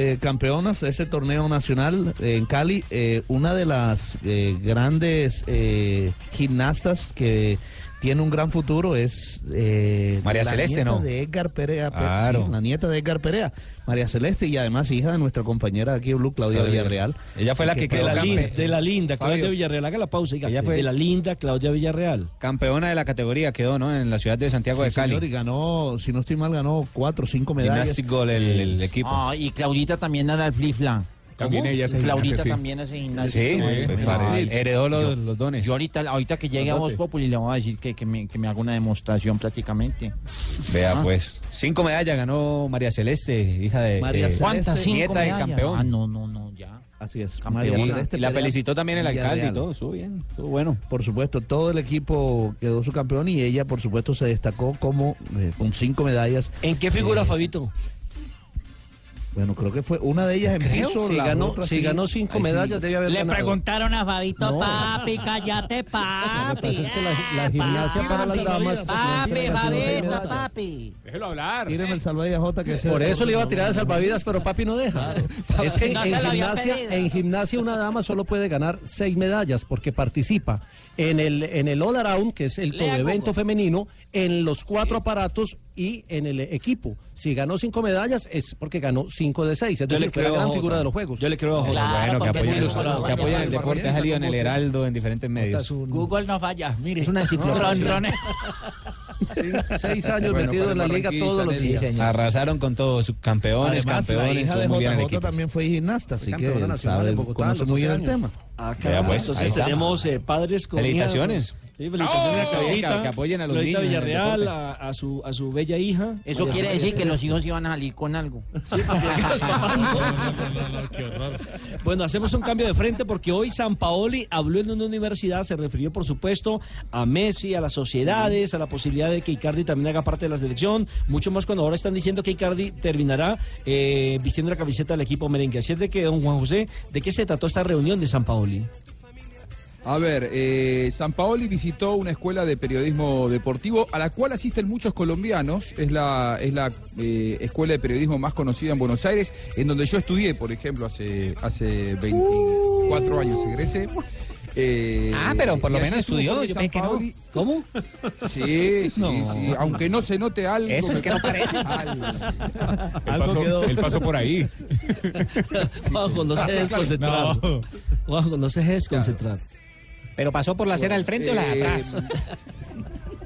[SPEAKER 12] subcampeonas de ese torneo nacional eh, en Cali. Eh, una de las eh, grandes eh, gimnastas que tiene un gran futuro es eh,
[SPEAKER 10] María
[SPEAKER 12] la
[SPEAKER 10] Celeste,
[SPEAKER 12] nieta
[SPEAKER 10] ¿no?
[SPEAKER 12] de Edgar Perea. Pe-
[SPEAKER 10] Claro.
[SPEAKER 12] sí, la nieta de Edgar Perea, María Celeste, y además hija de nuestra compañera aquí, Blue, Claudia
[SPEAKER 10] Claudia.
[SPEAKER 12] Villarreal.
[SPEAKER 10] Ella fue la que
[SPEAKER 4] De
[SPEAKER 10] quedó
[SPEAKER 4] la,
[SPEAKER 12] provoca-
[SPEAKER 4] linda, de la linda,
[SPEAKER 10] Fabio.
[SPEAKER 4] Claudia Villarreal. Haga la pausa, diga.
[SPEAKER 10] Ella fue-
[SPEAKER 4] De la linda, Claudia Villarreal.
[SPEAKER 10] Campeona de la categoría quedó, ¿no? En la ciudad de Santiago de
[SPEAKER 12] Sí, señor, y
[SPEAKER 10] Cali.
[SPEAKER 12] ganó, si no estoy mal, ganó cuatro o cinco medallas.
[SPEAKER 10] Gymnastic Goal, el, el equipo.
[SPEAKER 15] Ah, y Claudita también era el flifla.
[SPEAKER 14] También ella hace
[SPEAKER 15] Claudita
[SPEAKER 14] gimnasia, sí.
[SPEAKER 15] también hace gimnasia.
[SPEAKER 10] Sí, pues, para- heredó los- los dones.
[SPEAKER 15] Yo ahorita, ahorita que llegue a
[SPEAKER 10] Los
[SPEAKER 15] Voz
[SPEAKER 10] dotes.
[SPEAKER 15] Populi le voy a decir que, que me, que me haga una demostración prácticamente.
[SPEAKER 10] Vea
[SPEAKER 15] Ah.
[SPEAKER 10] pues. Cinco medallas ganó María Celeste, hija de
[SPEAKER 12] María
[SPEAKER 10] eh,
[SPEAKER 12] Celeste.
[SPEAKER 15] ¿Cuántas cinco
[SPEAKER 10] nieta del
[SPEAKER 15] medallas?
[SPEAKER 10] campeón.
[SPEAKER 15] Ah, no, no, no, ya.
[SPEAKER 12] Así es.
[SPEAKER 10] Y-
[SPEAKER 12] María
[SPEAKER 7] este
[SPEAKER 12] Celeste
[SPEAKER 10] y la
[SPEAKER 12] Perea
[SPEAKER 10] felicitó también el alcalde y
[SPEAKER 12] Villarreal.
[SPEAKER 10] todo, estuvo bien, estuvo bueno.
[SPEAKER 12] Por supuesto, todo el equipo quedó su campeón y ella, por supuesto, se destacó como eh, con cinco medallas.
[SPEAKER 4] ¿En qué figura, Fabito?
[SPEAKER 12] Bueno, creo que fue una de ellas en
[SPEAKER 7] Creo,
[SPEAKER 12] piso.
[SPEAKER 7] si
[SPEAKER 12] la
[SPEAKER 7] ganó-
[SPEAKER 12] otra
[SPEAKER 7] si
[SPEAKER 12] sí.
[SPEAKER 7] ganó cinco
[SPEAKER 12] Ahí sí.
[SPEAKER 7] medallas, debe haber
[SPEAKER 15] Le
[SPEAKER 7] ganado.
[SPEAKER 15] preguntaron a Fabito,
[SPEAKER 7] No.
[SPEAKER 15] papi, cállate, papi.
[SPEAKER 7] Pues es que la, la gimnasia para las damas.
[SPEAKER 15] Papi, Fabito,
[SPEAKER 7] medallas.
[SPEAKER 15] papi.
[SPEAKER 14] Déjelo hablar.
[SPEAKER 12] Tíreme el salvavidas J que
[SPEAKER 7] Por eso le iba a tirar de salvavidas, pero papi no deja. Es que en,
[SPEAKER 15] No se lo había
[SPEAKER 7] gimnasia,
[SPEAKER 15] pedido.
[SPEAKER 7] en gimnasia una dama solo puede ganar seis medallas porque participa en el, en el all around, que es el todo
[SPEAKER 15] Lea,
[SPEAKER 7] evento
[SPEAKER 15] Coco.
[SPEAKER 7] femenino, en los cuatro aparatos y en el equipo. Si ganó cinco medallas es porque ganó cinco de seis. Es
[SPEAKER 10] Yo le
[SPEAKER 7] decir, fue la
[SPEAKER 10] creo a
[SPEAKER 7] gran
[SPEAKER 10] Jota.
[SPEAKER 7] figura de los Juegos.
[SPEAKER 10] Yo le creo a Jota. Claro, Bueno, que porque apoyen- es muy ilustrado. que apoyen el deporte, ha salido en el Heraldo, en diferentes medios.
[SPEAKER 15] Google no falla, mire.
[SPEAKER 10] Es una enciclopedia.
[SPEAKER 15] Ronrone.
[SPEAKER 7] Seis años metido en la liga todos los días.
[SPEAKER 10] Arrasaron con todos, subcampeones,
[SPEAKER 12] Además, la
[SPEAKER 10] campeones,
[SPEAKER 12] hija
[SPEAKER 10] son
[SPEAKER 12] de
[SPEAKER 10] muy bien el
[SPEAKER 12] JJ
[SPEAKER 10] equipo.
[SPEAKER 12] también fue gimnasta, así que
[SPEAKER 7] campeona nacional
[SPEAKER 12] sabe,
[SPEAKER 7] en Bogotá
[SPEAKER 12] conoce
[SPEAKER 7] a los
[SPEAKER 12] muy bien el
[SPEAKER 7] 12
[SPEAKER 12] tema.
[SPEAKER 4] Ah,
[SPEAKER 7] Vea,
[SPEAKER 4] caramba,
[SPEAKER 7] pues, ahí
[SPEAKER 4] entonces
[SPEAKER 7] está.
[SPEAKER 4] tenemos eh, padres con
[SPEAKER 7] Felicitaciones.
[SPEAKER 4] hijas. Sí, felicitaciones
[SPEAKER 7] ¡Bravo!
[SPEAKER 4] a Clarita,
[SPEAKER 7] Que- que apoyen a los
[SPEAKER 4] Clarita
[SPEAKER 7] niños en el
[SPEAKER 4] ¡Oh! Villarreal,
[SPEAKER 7] deporte.
[SPEAKER 4] a, a su, a su bella hija.
[SPEAKER 15] Eso
[SPEAKER 4] María
[SPEAKER 15] quiere
[SPEAKER 4] Fernanda
[SPEAKER 15] decir que los
[SPEAKER 4] Celeste.
[SPEAKER 15] hijos iban a salir con algo.
[SPEAKER 4] Bueno, hacemos un cambio de frente porque hoy San Paoli habló en una universidad, se refirió por supuesto a Messi, a las sociedades, a la posibilidad de que Icardi también haga parte de la selección, mucho más cuando ahora están diciendo que Icardi terminará eh, vistiendo la camiseta del equipo merengue. Así es de que, don Juan José, ¿de qué se trató esta reunión de San Paoli?
[SPEAKER 5] A ver, eh, San Paoli visitó una escuela de periodismo deportivo a la cual asisten muchos colombianos. Es la, es la eh, escuela de periodismo más conocida en Buenos Aires, en donde yo estudié, por ejemplo, hace, hace 24 años egresé. Eh,
[SPEAKER 10] Ah, pero por lo
[SPEAKER 5] y allí
[SPEAKER 10] menos
[SPEAKER 5] estuvo
[SPEAKER 10] estudió,
[SPEAKER 5] Jorge
[SPEAKER 10] yo
[SPEAKER 5] San
[SPEAKER 10] pensé que no.
[SPEAKER 5] Paoli.
[SPEAKER 4] ¿Cómo?
[SPEAKER 5] Sí, sí, sí. Aunque no se note algo.
[SPEAKER 10] Eso es
[SPEAKER 5] me
[SPEAKER 10] que no
[SPEAKER 5] parece.
[SPEAKER 10] parece.
[SPEAKER 5] Algo.
[SPEAKER 14] Él pasó, él pasó por ahí.
[SPEAKER 4] Juanjo, no se
[SPEAKER 5] Ah,
[SPEAKER 4] deje
[SPEAKER 5] claro.
[SPEAKER 4] desconcentrar. Juanjo, no se deje desconcentrar.
[SPEAKER 10] Pero pasó por la acera del frente o la de
[SPEAKER 5] Eh,
[SPEAKER 10] atrás.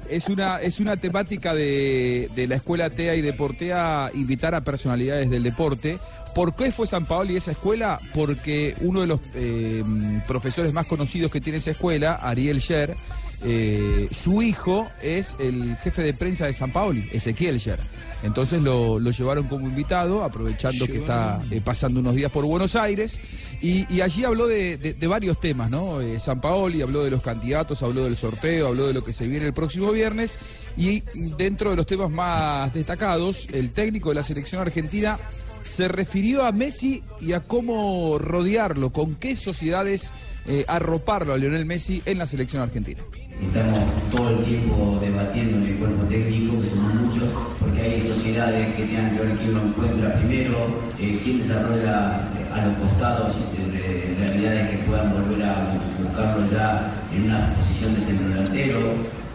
[SPEAKER 5] Es una, es una temática de, de la escuela TEA y Deportea invitar a personalidades del deporte. ¿Por qué fue San Paoli esa escuela? Porque uno de los eh, profesores más conocidos que tiene esa escuela, Ariel Sher, eh, su hijo es el jefe de prensa de San Paoli, Ezequiel Sher. Entonces lo, lo llevaron como invitado, aprovechando que está eh, pasando unos días por Buenos Aires. Y, y allí habló de, de- de varios temas, ¿no? Eh, San Paoli habló de los candidatos, habló del sorteo, habló de lo que se viene el próximo viernes. Y dentro de los temas más destacados, el técnico de la selección argentina se refirió a Messi y a cómo rodearlo, con qué sociedades eh, arroparlo a Lionel Messi en la selección argentina.
[SPEAKER 6] Estamos todo el tiempo debatiendo en el cuerpo técnico, que somos muchos, porque hay sociedades que tienen que ver quién lo encuentra primero, eh, quién desarrolla eh, a los costados eh, realidades que puedan volver a buscarlo ya en una posición de centro delantero,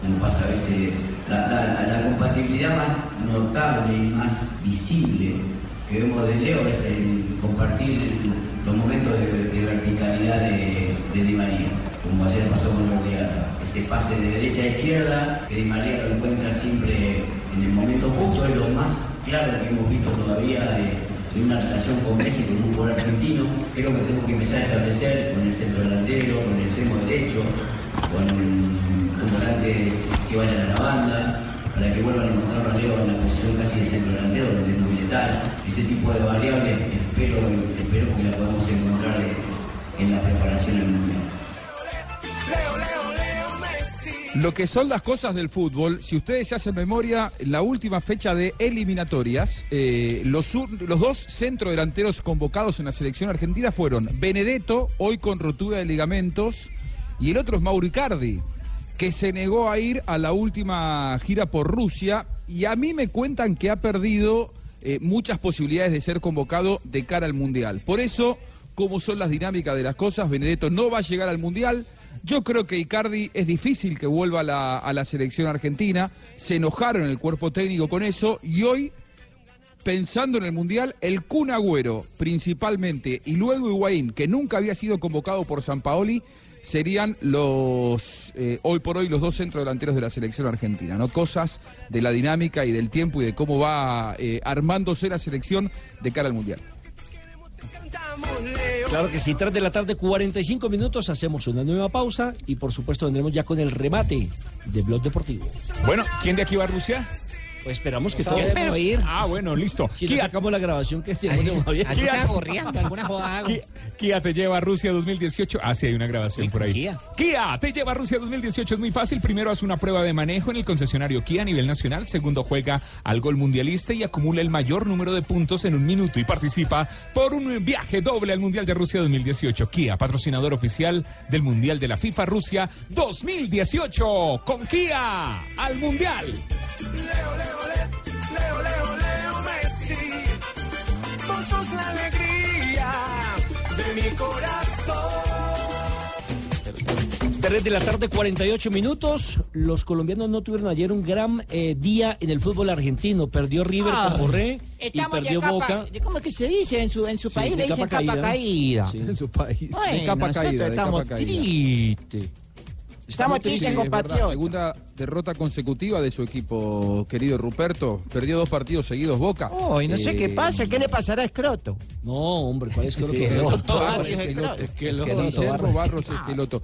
[SPEAKER 6] como pasa a veces. La, la- la- la compatibilidad más notable y más visible que vemos de Leo es el compartir los momentos de, de verticalidad de, de Di María, como ayer pasó con Jordi Alba. Ese pase de derecha a izquierda, que Di María lo encuentra siempre en el momento justo, es lo más claro que hemos visto todavía de, de una relación con Messi, con un jugador argentino. Creo que tenemos que empezar a establecer con el centro delantero, con el extremo derecho, con, con volantes que vayan a la banda, para que vuelvan a encontrar a Leo en la posición casi de centro delantero, donde es muy letal. Ese tipo de variables espero, espero que la podamos encontrar eh, en la preparación del mundial.
[SPEAKER 5] Lo que son las cosas del fútbol, si ustedes se hacen memoria, la última fecha de eliminatorias, eh, los, un- los dos centrodelanteros convocados en la selección argentina fueron Benedetto, hoy con rotura de ligamentos, y el otro es Mauricardi, que se negó a ir a la última gira por Rusia, y a mí me cuentan que ha perdido eh, muchas posibilidades de ser convocado de cara al Mundial. Por eso, cómo son las dinámicas de las cosas, Benedetto no va a llegar al Mundial. Yo creo que Icardi es difícil que vuelva a la, a la selección argentina. Se enojaron el cuerpo técnico con eso y hoy, pensando en el Mundial, el Kun Agüero principalmente y luego Higuaín, que nunca había sido convocado por San Paoli, serían los, eh, hoy por hoy, los dos centrodelanteros de la selección argentina. ¿no? Cosas de la dinámica y del tiempo y de cómo va eh, armándose la selección de cara al Mundial.
[SPEAKER 4] eh, Claro que sí, 3 de la tarde, 45 minutos, hacemos una nueva pausa y por supuesto vendremos ya con el remate de Blog Deportivo.
[SPEAKER 14] Bueno, ¿quién de aquí va a Rusia?
[SPEAKER 4] Pues esperamos que
[SPEAKER 1] No
[SPEAKER 4] todo.
[SPEAKER 1] sabemos. Espero ir.
[SPEAKER 14] Ah, bueno, listo.
[SPEAKER 4] Si no sacamos la grabación que tenemos Javier.
[SPEAKER 1] Así sea corriendo, alguna joda hago.
[SPEAKER 14] Kia, Kia te lleva a Rusia 2018. Ah, sí, hay una grabación por ahí. Kia. te lleva a Rusia 2018. Es muy fácil. Primero haz una prueba de manejo en el concesionario Kia a nivel nacional. Segundo, juega al gol mundialista y acumula el mayor número de puntos en un minuto y participa por un viaje doble al Mundial de Rusia 2018. Kia, patrocinador oficial del Mundial de la FIFA Rusia 2018. Con Kia al Mundial.
[SPEAKER 9] Leo, Leo, Leo Messi. Vos sos la alegría de mi corazón.
[SPEAKER 4] 3 de la tarde, 48 minutos. Los colombianos no tuvieron ayer un gran eh, día en el fútbol argentino. Perdió River
[SPEAKER 15] Ah,
[SPEAKER 4] con Borré y
[SPEAKER 15] Estamos
[SPEAKER 4] perdió
[SPEAKER 15] de capa,
[SPEAKER 4] Boca.
[SPEAKER 15] de- ¿Cómo es que se dice en su, en su
[SPEAKER 4] Sí,
[SPEAKER 15] país?
[SPEAKER 4] de
[SPEAKER 15] Le dicen capa caída.
[SPEAKER 4] Sí. En su país.
[SPEAKER 15] Bueno,
[SPEAKER 4] De capa
[SPEAKER 15] nosotros
[SPEAKER 4] caída, de
[SPEAKER 15] estamos
[SPEAKER 4] capa caída.
[SPEAKER 15] tristes. Estamos tristes,
[SPEAKER 5] es verdad,
[SPEAKER 15] compatriotas.
[SPEAKER 5] Segunda derrota consecutiva de su equipo, querido Ruperto. Perdió dos partidos seguidos Boca.
[SPEAKER 15] Oh, y no sé
[SPEAKER 5] Eh,
[SPEAKER 15] qué pasa, ¿qué le pasará a Escroto?
[SPEAKER 4] No, hombre, ¿cuál es
[SPEAKER 5] Sí, Esqueloto, Barros, Esqueloto. Guillermo Barros
[SPEAKER 4] ah.
[SPEAKER 5] Esqueloto.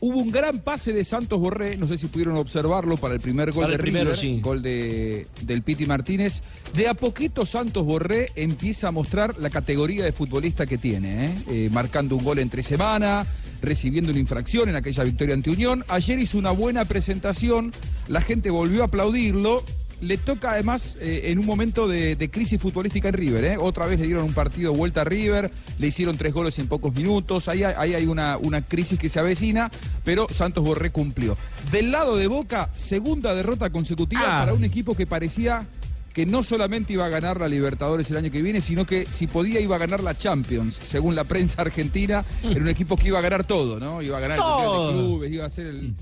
[SPEAKER 5] Hubo un gran pase de Santos Borré, no sé si pudieron observarlo para el primer gol de
[SPEAKER 4] Para el primero,
[SPEAKER 5] River,
[SPEAKER 4] sí.
[SPEAKER 5] gol de, del Piti Martínez. De a poquito Santos Borré empieza a mostrar la categoría de futbolista que tiene, ¿eh? Eh, marcando un gol entre semana, recibiendo una infracción en aquella victoria ante Unión. Ayer hizo una buena presentación, la gente volvió a aplaudirlo. Le toca además eh, en un momento de, de crisis futbolística en River. ¿eh? Otra vez le dieron un partido vuelta a River, le hicieron tres goles en pocos minutos. Ahí, hay- ahí hay una, una crisis que se avecina, pero Santos Borré cumplió. Del lado de Boca, segunda derrota consecutiva
[SPEAKER 14] Ah.
[SPEAKER 5] para un equipo que parecía que no solamente iba a ganar la Libertadores el año que viene, sino que si podía iba a ganar la Champions, según la prensa argentina, era un equipo que iba a ganar todo, ¿no? Iba a ganar el Mundial de
[SPEAKER 15] Todo.
[SPEAKER 5] clubes, iba a ser el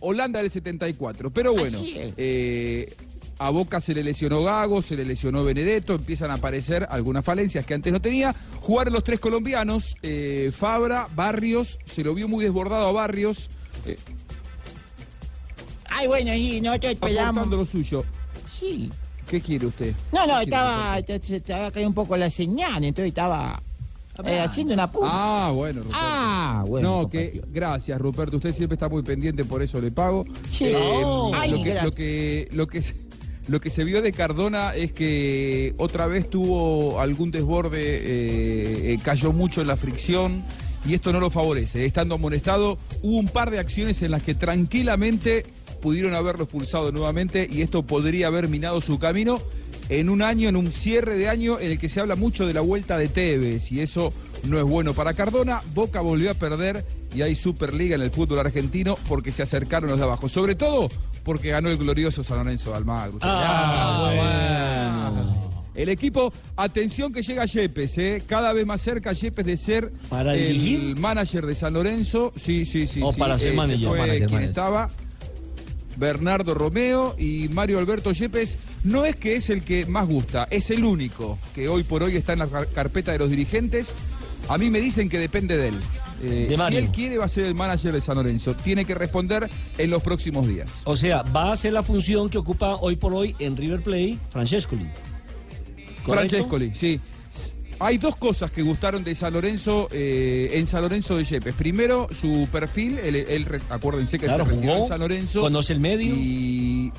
[SPEAKER 5] Holanda del 74. Pero bueno,
[SPEAKER 15] Así es.
[SPEAKER 5] eh, a Boca se le lesionó Gago, se le lesionó Benedetto, empiezan a aparecer algunas falencias que antes no tenía. Jugaron los tres colombianos, eh, Fabra, Barrios, se lo vio muy desbordado a Barrios, eh,
[SPEAKER 15] Ay, bueno, y nosotros esperamos.
[SPEAKER 5] aportando lo suyo.
[SPEAKER 15] Sí.
[SPEAKER 5] ¿Qué quiere usted?
[SPEAKER 15] No, no,
[SPEAKER 5] ¿Qué quiere usted?
[SPEAKER 15] estaba, te- te- te había caído un poco la señal, entonces estaba eh, haciendo una punta.
[SPEAKER 5] Ah, bueno, Ruperto.
[SPEAKER 15] Ah, bueno.
[SPEAKER 5] No, que gracias, Ruperto. Usted siempre está muy pendiente, por eso le pago. Eh,
[SPEAKER 15] Sí. No. Ay,
[SPEAKER 5] lo, que,
[SPEAKER 15] gracias.
[SPEAKER 5] lo, que, lo que se- lo que se vio de Cardona es que otra vez tuvo algún desborde, eh, eh, cayó mucho en la fricción. Y esto no lo favorece. Estando amonestado, hubo un par de acciones en las que tranquilamente pudieron haberlo expulsado nuevamente y esto podría haber minado su camino en un año, en un cierre de año en el que se habla mucho de la vuelta de Tevez y eso no es bueno para Cardona. Boca volvió a perder y hay Superliga en el fútbol argentino porque se acercaron los de abajo. Sobre todo porque ganó el glorioso San Lorenzo de Almagro.
[SPEAKER 4] Ah,
[SPEAKER 5] El equipo, atención que llega Yepes, ¿eh? cada vez más cerca Yepes de ser
[SPEAKER 4] ¿Para
[SPEAKER 5] el
[SPEAKER 4] dirigir?
[SPEAKER 5] manager de San Lorenzo. Sí, sí, sí.
[SPEAKER 4] O
[SPEAKER 5] sí.
[SPEAKER 4] para ser
[SPEAKER 5] Eh, se
[SPEAKER 4] manager.
[SPEAKER 5] fue
[SPEAKER 4] Manager,
[SPEAKER 5] quien
[SPEAKER 4] manager.
[SPEAKER 5] estaba. Bernardo Romeo y Mario Alberto Yepes no es que es el que más gusta, es el único que hoy por hoy está en la car- carpeta de los dirigentes. A mí me dicen que depende de él. Eh,
[SPEAKER 4] De
[SPEAKER 5] si
[SPEAKER 4] Mario.
[SPEAKER 5] él quiere va a ser el manager de San Lorenzo. Tiene que responder en los próximos días.
[SPEAKER 4] O sea, va a hacer la función que ocupa hoy por hoy en River Play Francescoli. ¿Correcto?
[SPEAKER 5] Francescoli, sí. S- Hay dos cosas que gustaron de San Lorenzo eh, en San Lorenzo de Yepes. Primero, su perfil. Él, él re- acuérdense que
[SPEAKER 4] Claro,
[SPEAKER 5] se retiró
[SPEAKER 4] jugó,
[SPEAKER 5] en San Lorenzo.
[SPEAKER 4] conoce el medio.
[SPEAKER 5] Y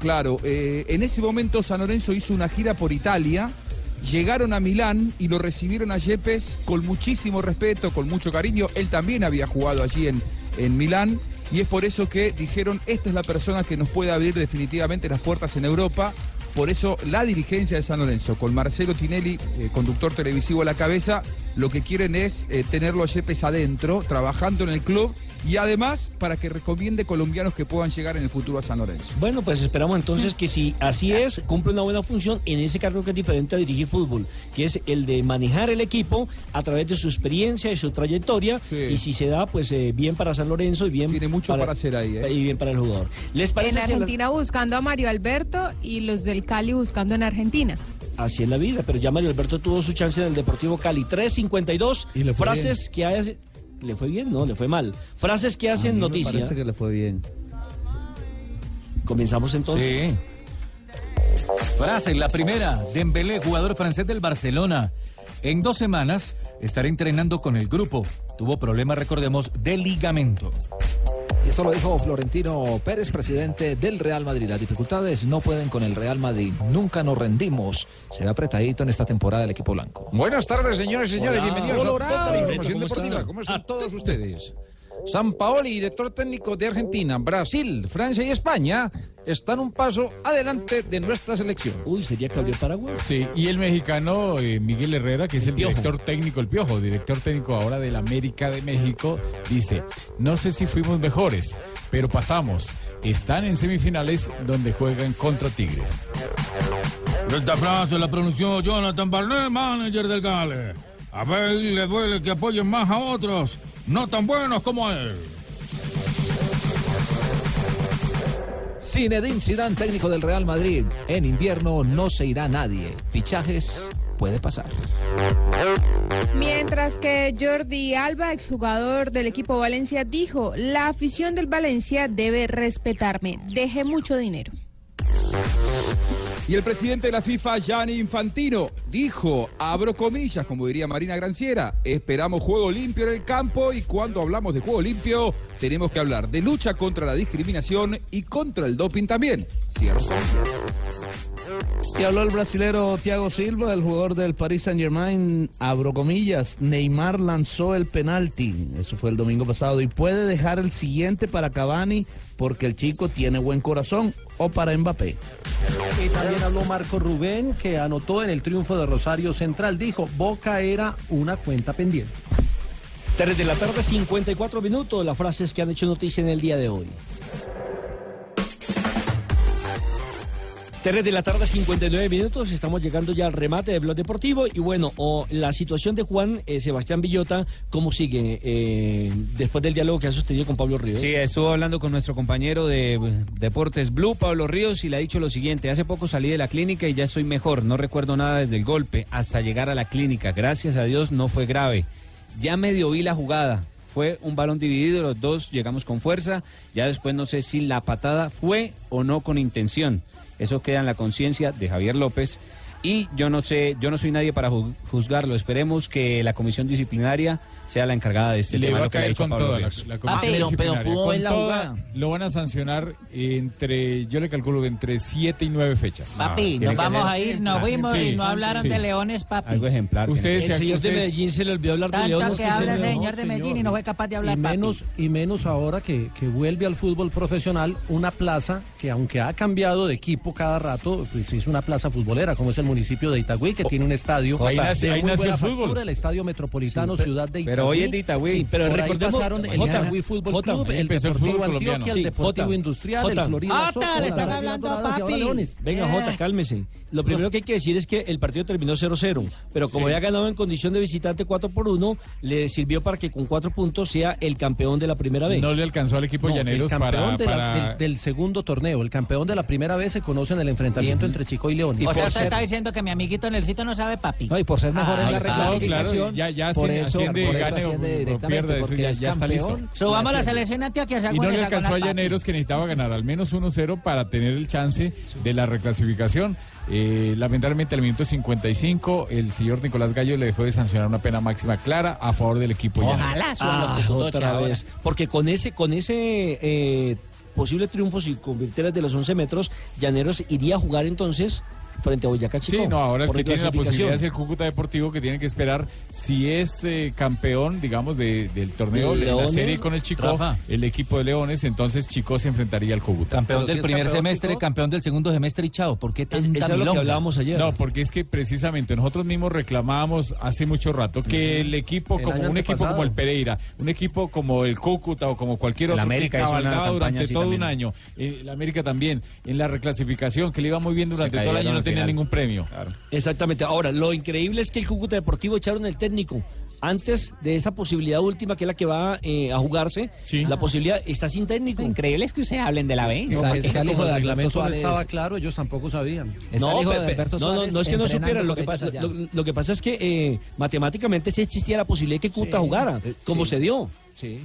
[SPEAKER 5] claro, eh, en ese momento San Lorenzo hizo una gira por Italia. Llegaron a Milán y lo recibieron a Yepes con muchísimo respeto, con mucho cariño. Él también había jugado allí en, en Milán. Y es por eso que dijeron, esta es la persona que nos puede abrir definitivamente las puertas en Europa. Por eso la dirigencia de San Lorenzo, con Marcelo Tinelli, eh, conductor televisivo a la cabeza, lo que quieren es eh, tenerlo a Yepes adentro, trabajando en el club y además para que recomiende colombianos que puedan llegar en el futuro a San Lorenzo.
[SPEAKER 4] Bueno, pues esperamos entonces que si así es, cumple una buena función en ese cargo que es diferente a dirigir fútbol, que es el de manejar el equipo a través de su experiencia y su trayectoria. Y si se da, pues eh, bien para San Lorenzo y bien Tiene mucho para, hacer ahí, Y bien para el jugador. ¿Les parece
[SPEAKER 25] En
[SPEAKER 4] si la-
[SPEAKER 25] Argentina buscando a Mario Alberto y los del Cali buscando en Argentina.
[SPEAKER 4] Así es la vida, pero ya Mario Alberto tuvo su chance en el Deportivo Cali. 3.52
[SPEAKER 25] le fue
[SPEAKER 4] frases que hace... ¿Le fue bien? No, le fue mal. Frases que
[SPEAKER 12] A
[SPEAKER 4] hacen
[SPEAKER 12] mí me
[SPEAKER 4] noticia.
[SPEAKER 12] Parece que le fue bien.
[SPEAKER 4] Comenzamos entonces.
[SPEAKER 24] Sí. Frase, la primera, Dembélé, jugador francés del Barcelona. En dos semanas estará entrenando con el grupo. Tuvo problemas, recordemos, de ligamento.
[SPEAKER 8] Esto lo dijo Florentino Pérez, presidente del Real Madrid. Las dificultades no pueden con el Real Madrid. Nunca nos rendimos. Se ve apretadito en esta temporada el equipo blanco.
[SPEAKER 2] Buenas tardes, señores y señores.
[SPEAKER 8] Hola.
[SPEAKER 2] Bienvenidos
[SPEAKER 8] Colorado.
[SPEAKER 2] a toda la información
[SPEAKER 8] ¿Cómo están? Ah,
[SPEAKER 2] deportiva. ¿Cómo están todos ustedes? San Paoli, director técnico de Argentina, Brasil, Francia y España, están un paso adelante de nuestra selección.
[SPEAKER 4] Uy, sería que Paraguay.
[SPEAKER 9] Sí, y el mexicano eh, Miguel Herrera, que es el,
[SPEAKER 2] Piojo.
[SPEAKER 9] director técnico, el piojo, director técnico ahora del América de México, dice, no sé si fuimos mejores, pero pasamos. Están en semifinales donde juegan contra Tigres.
[SPEAKER 3] Esta frase Este la pronunció Jonathan Barnet, manager del Gale. A ver, le duele que apoyen más a otros, no tan buenos como él.
[SPEAKER 8] Zinedine Zidane, técnico del Real Madrid. En invierno no se irá nadie. Fichajes puede pasar.
[SPEAKER 25] Mientras que Jordi Alba, exjugador del equipo Valencia, dijo, la afición del Valencia debe respetarme, dejé mucho dinero.
[SPEAKER 5] Y el presidente de la FIFA, Gianni Infantino, dijo, abro comillas, como diría Marina Granciera, esperamos juego limpio en el campo y cuando hablamos de juego limpio, tenemos que hablar de lucha contra la discriminación y contra el doping también. Cierro comillas.
[SPEAKER 12] Y habló el brasilero Thiago Silva, el jugador del Paris Saint Germain, abro comillas, Neymar lanzó el penalti, eso fue el domingo pasado, y puede dejar el siguiente para Cavani porque el chico tiene buen corazón o para Mbappé.
[SPEAKER 7] Y también habló Marco Rubén, que anotó en el triunfo de Rosario Central. Dijo, Boca era una cuenta pendiente.
[SPEAKER 4] 3 de la tarde, 54 minutos. Las frases que han hecho noticia en el día de hoy. 3 de la tarde, 59 minutos. Estamos llegando ya al remate de Blog Deportivo. Y bueno, o la situación de Juan eh, Sebastián Villota, ¿cómo sigue eh, después del diálogo que ha sostenido con Pablo Ríos?
[SPEAKER 10] Sí, estuvo hablando con nuestro compañero de eh, Deportes Blue, Pablo Ríos, y le ha dicho lo siguiente. Hace poco salí de la clínica y ya estoy mejor. No recuerdo nada desde el golpe hasta llegar a la clínica. Gracias a Dios no fue grave. Ya medio vi la jugada. Fue un balón dividido, los dos llegamos con fuerza. Ya después no sé si la patada fue o no con intención. Eso queda en la conciencia de Javier López. Y yo no sé, yo no soy nadie para ju- juzgarlo. Esperemos que la comisión disciplinaria sea la encargada de este
[SPEAKER 9] Le
[SPEAKER 10] tema.
[SPEAKER 9] va
[SPEAKER 10] lo
[SPEAKER 9] a
[SPEAKER 10] que le ha
[SPEAKER 9] caer
[SPEAKER 10] dicho
[SPEAKER 9] con
[SPEAKER 10] Pablo
[SPEAKER 9] toda la,
[SPEAKER 10] Ríos.
[SPEAKER 15] Ah,
[SPEAKER 9] la comisión disciplinaria, con toda, Lo van a sancionar entre, yo le calculo, que entre 7 y 9 fechas.
[SPEAKER 15] Papi,
[SPEAKER 9] Ah, Tiene
[SPEAKER 15] nos
[SPEAKER 9] que
[SPEAKER 15] vamos
[SPEAKER 9] ser-
[SPEAKER 15] a ir, nos vimos
[SPEAKER 9] Sí,
[SPEAKER 15] y no hablaron
[SPEAKER 9] sí.
[SPEAKER 15] de leones, papi.
[SPEAKER 9] Algo ejemplar. Ustedes
[SPEAKER 4] el
[SPEAKER 9] se-
[SPEAKER 4] señor de
[SPEAKER 9] ustedes-
[SPEAKER 4] Medellín se le olvidó hablar de
[SPEAKER 15] Tanto
[SPEAKER 4] León.
[SPEAKER 15] que habla el
[SPEAKER 4] le-
[SPEAKER 15] señor de Medellín y no fue capaz de hablar,
[SPEAKER 7] y menos, y menos ahora que, que vuelve al fútbol profesional una plaza que aunque ha cambiado de equipo cada rato, pues es una plaza futbolera, como es el municipio de Itagüí, que tiene un estadio
[SPEAKER 9] Oh. Ahí nace-
[SPEAKER 7] de
[SPEAKER 9] ahí
[SPEAKER 7] muy
[SPEAKER 9] nació
[SPEAKER 7] buena
[SPEAKER 9] el fútbol.
[SPEAKER 7] factura, el Estadio Metropolitano
[SPEAKER 9] Sí, pero-
[SPEAKER 7] Ciudad de Itagüí.
[SPEAKER 9] pero hoy es de Itagüí.
[SPEAKER 7] Sí,
[SPEAKER 9] Pero
[SPEAKER 7] por ahí
[SPEAKER 9] recordemos,
[SPEAKER 7] pasaron el
[SPEAKER 9] Jota,
[SPEAKER 7] Itagüí Fútbol
[SPEAKER 9] Jota,
[SPEAKER 7] Club,
[SPEAKER 9] ahí
[SPEAKER 7] el
[SPEAKER 9] empezó el
[SPEAKER 7] Deportivo
[SPEAKER 9] fútbol
[SPEAKER 7] Antioquia,
[SPEAKER 9] colombiano.
[SPEAKER 7] el
[SPEAKER 9] Sí,
[SPEAKER 7] Deportivo
[SPEAKER 4] Jota,
[SPEAKER 7] Industrial,
[SPEAKER 4] Jota.
[SPEAKER 7] el Florida
[SPEAKER 4] ¡Ah,
[SPEAKER 7] Soco,
[SPEAKER 4] tal!
[SPEAKER 7] la
[SPEAKER 4] Están
[SPEAKER 7] Águilas
[SPEAKER 4] hablando,
[SPEAKER 7] Doradas y ahora
[SPEAKER 4] papi.
[SPEAKER 7] Leones.
[SPEAKER 4] Venga, Jota, cálmese. Lo primero que hay que decir es que el partido terminó 0-0, pero como
[SPEAKER 7] Sí.
[SPEAKER 4] ya ganado en condición de visitante 4 por 1, le sirvió para que con 4 puntos sea el campeón de la primera vez.
[SPEAKER 7] No
[SPEAKER 9] le alcanzó al equipo
[SPEAKER 7] No, el campeón de la- del, del segundo torneo, el campeón de la primera vez se conoce en el enfrentamiento entre Chico y León.
[SPEAKER 15] o sea, usted está diciendo que mi amiguito en el sitio no sabe, papi. Ah,
[SPEAKER 8] No, y por ser mejor en la
[SPEAKER 9] claro,
[SPEAKER 8] reclasificación.
[SPEAKER 9] ya- ya
[SPEAKER 8] por
[SPEAKER 9] asciende-
[SPEAKER 8] eso,
[SPEAKER 9] asciende,
[SPEAKER 8] por eso
[SPEAKER 9] gane o-
[SPEAKER 8] asciende
[SPEAKER 9] o
[SPEAKER 8] directamente,
[SPEAKER 9] pierda, eso
[SPEAKER 8] porque
[SPEAKER 9] ya-
[SPEAKER 8] es
[SPEAKER 9] ya está listo.
[SPEAKER 8] campeón y
[SPEAKER 15] Subamos la
[SPEAKER 8] asciende.
[SPEAKER 15] selección de Antioquia, se haga
[SPEAKER 9] Y no
[SPEAKER 15] una
[SPEAKER 9] le alcanzó a
[SPEAKER 15] hexagonal, papi.
[SPEAKER 9] Llaneros que necesitaba ganar al menos 1-0 para tener el chance de la reclasificación. Eh, lamentablemente al minuto 55 el señor Nicolás Gallo le dejó de sancionar una pena máxima clara a favor del equipo. llanero.
[SPEAKER 4] Ah, otra vez. Porque con ese, con ese eh, posible triunfo, si convirtieras de los 11 metros, Llaneros iría a jugar entonces frente a Boyacá Chico.
[SPEAKER 9] Sí, no, ahora el
[SPEAKER 4] por
[SPEAKER 9] que tiene la
[SPEAKER 4] reclasificación.
[SPEAKER 9] posibilidad es el Cúcuta Deportivo que tiene que esperar si es eh, campeón, digamos, de- del torneo,
[SPEAKER 14] ¿De
[SPEAKER 9] de la
[SPEAKER 14] Leones?
[SPEAKER 9] serie con el Chico,
[SPEAKER 14] Rafa.
[SPEAKER 9] el equipo de Leones, entonces Chico se enfrentaría al Cúcuta.
[SPEAKER 14] Campeón del primer semestre, campeón del segundo semestre y chao. ¿Por qué tanta milonga?
[SPEAKER 9] No, porque es que precisamente nosotros mismos reclamábamos hace mucho rato que el equipo,
[SPEAKER 14] El
[SPEAKER 9] como
[SPEAKER 14] año
[SPEAKER 9] un equipo
[SPEAKER 14] antepasado.
[SPEAKER 9] como el Pereira, un equipo como el Cúcuta o como cualquier
[SPEAKER 14] El
[SPEAKER 9] otro
[SPEAKER 14] América
[SPEAKER 9] que
[SPEAKER 14] hizo una
[SPEAKER 9] cabalgaba
[SPEAKER 14] campaña
[SPEAKER 9] durante
[SPEAKER 14] así
[SPEAKER 9] todo
[SPEAKER 14] también.
[SPEAKER 9] un año, eh, el América también, en la reclasificación que le iba muy bien durante todo el año
[SPEAKER 4] cayeron
[SPEAKER 9] no
[SPEAKER 4] al
[SPEAKER 9] tenía
[SPEAKER 4] final.
[SPEAKER 9] ningún premio.
[SPEAKER 4] Exactamente. Ahora, lo increíble es que el Cúcuta Deportivo echaron el técnico. Antes de esa posibilidad última, que es la que va eh, a jugarse, la posibilidad está sin técnico. Increíble es que ustedes hablen de la B.
[SPEAKER 7] No, porque como el reglamento no estaba claro, ellos tampoco sabían.
[SPEAKER 4] No, Pepe, no, no, no es que no supiera. Lo que, pasa, lo, lo que pasa es que eh, matemáticamente sí existía la posibilidad que Cúcuta
[SPEAKER 8] Sí,
[SPEAKER 4] jugara,
[SPEAKER 8] eh,
[SPEAKER 4] como
[SPEAKER 8] sí.
[SPEAKER 4] se dio.
[SPEAKER 8] Sí.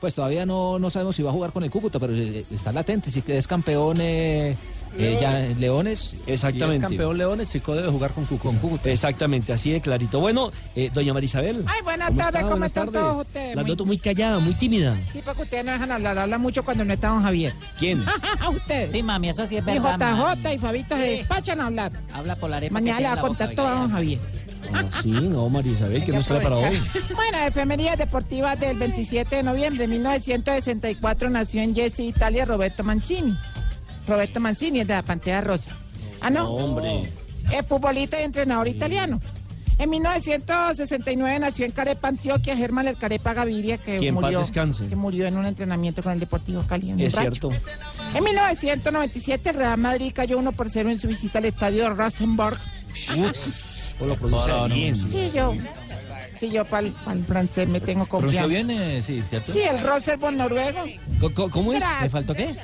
[SPEAKER 8] Pues todavía no, no sabemos si va a jugar con el Cúcuta, pero eh, está latente. Si es campeón eh,
[SPEAKER 9] Eh, ya, Leones.
[SPEAKER 8] Exactamente.
[SPEAKER 4] Si es campeón
[SPEAKER 9] Leones, Chico debe jugar con Cúcuta.
[SPEAKER 4] Exactamente, así de clarito. Bueno, eh, doña Marisabel.
[SPEAKER 22] Ay, buenas
[SPEAKER 4] ¿cómo
[SPEAKER 22] tardes,
[SPEAKER 4] está?
[SPEAKER 22] ¿cómo
[SPEAKER 4] Buenas
[SPEAKER 22] están
[SPEAKER 4] tardes.
[SPEAKER 22] todos ustedes?
[SPEAKER 4] La
[SPEAKER 22] Muy-
[SPEAKER 4] noto muy callada, muy tímida.
[SPEAKER 22] Sí, porque ustedes no dejan hablar, hablan mucho cuando no está don Javier.
[SPEAKER 4] ¿Quién?
[SPEAKER 22] ustedes. Sí,
[SPEAKER 28] mami, eso sí es
[SPEAKER 22] Y
[SPEAKER 28] verdad,
[SPEAKER 22] JJ
[SPEAKER 28] mami.
[SPEAKER 22] y Fabito se despachan a hablar.
[SPEAKER 28] Habla por la arepa.
[SPEAKER 22] Mañana le va a contar todo a don Javier.
[SPEAKER 4] Ah, sí, no, Marisabel, que nos trae para hoy.
[SPEAKER 22] Bueno, efemerías deportivas del 27 de noviembre de 1964 nació en Jesse, Italia, Roberto Mancini. Roberto Mancini es de la Pantera Rosa. Ah, no.
[SPEAKER 4] Hombre.
[SPEAKER 22] Es futbolista y entrenador italiano. En 1969 nació en Carepa, Antioquia, Germán el Carepa Gaviria, que
[SPEAKER 4] Que en paz
[SPEAKER 22] murió,
[SPEAKER 4] descanse.
[SPEAKER 22] que murió en un entrenamiento con el Deportivo Cali. en un
[SPEAKER 4] Es
[SPEAKER 22] racho.
[SPEAKER 4] cierto.
[SPEAKER 22] En 1997 el Real Madrid cayó 1 por 0 en su visita al estadio Rosenborg.
[SPEAKER 4] O lo produce
[SPEAKER 22] Para, no,
[SPEAKER 4] bien.
[SPEAKER 22] Sí, yo. Sí, yo para el francés me tengo
[SPEAKER 4] ¿Pronunció
[SPEAKER 22] confianza.
[SPEAKER 4] bien? eh, sí, ¿cierto?
[SPEAKER 22] Sí, el Rosenborg noruego.
[SPEAKER 4] Co- co- ¿Cómo es? ¿Le faltó qué?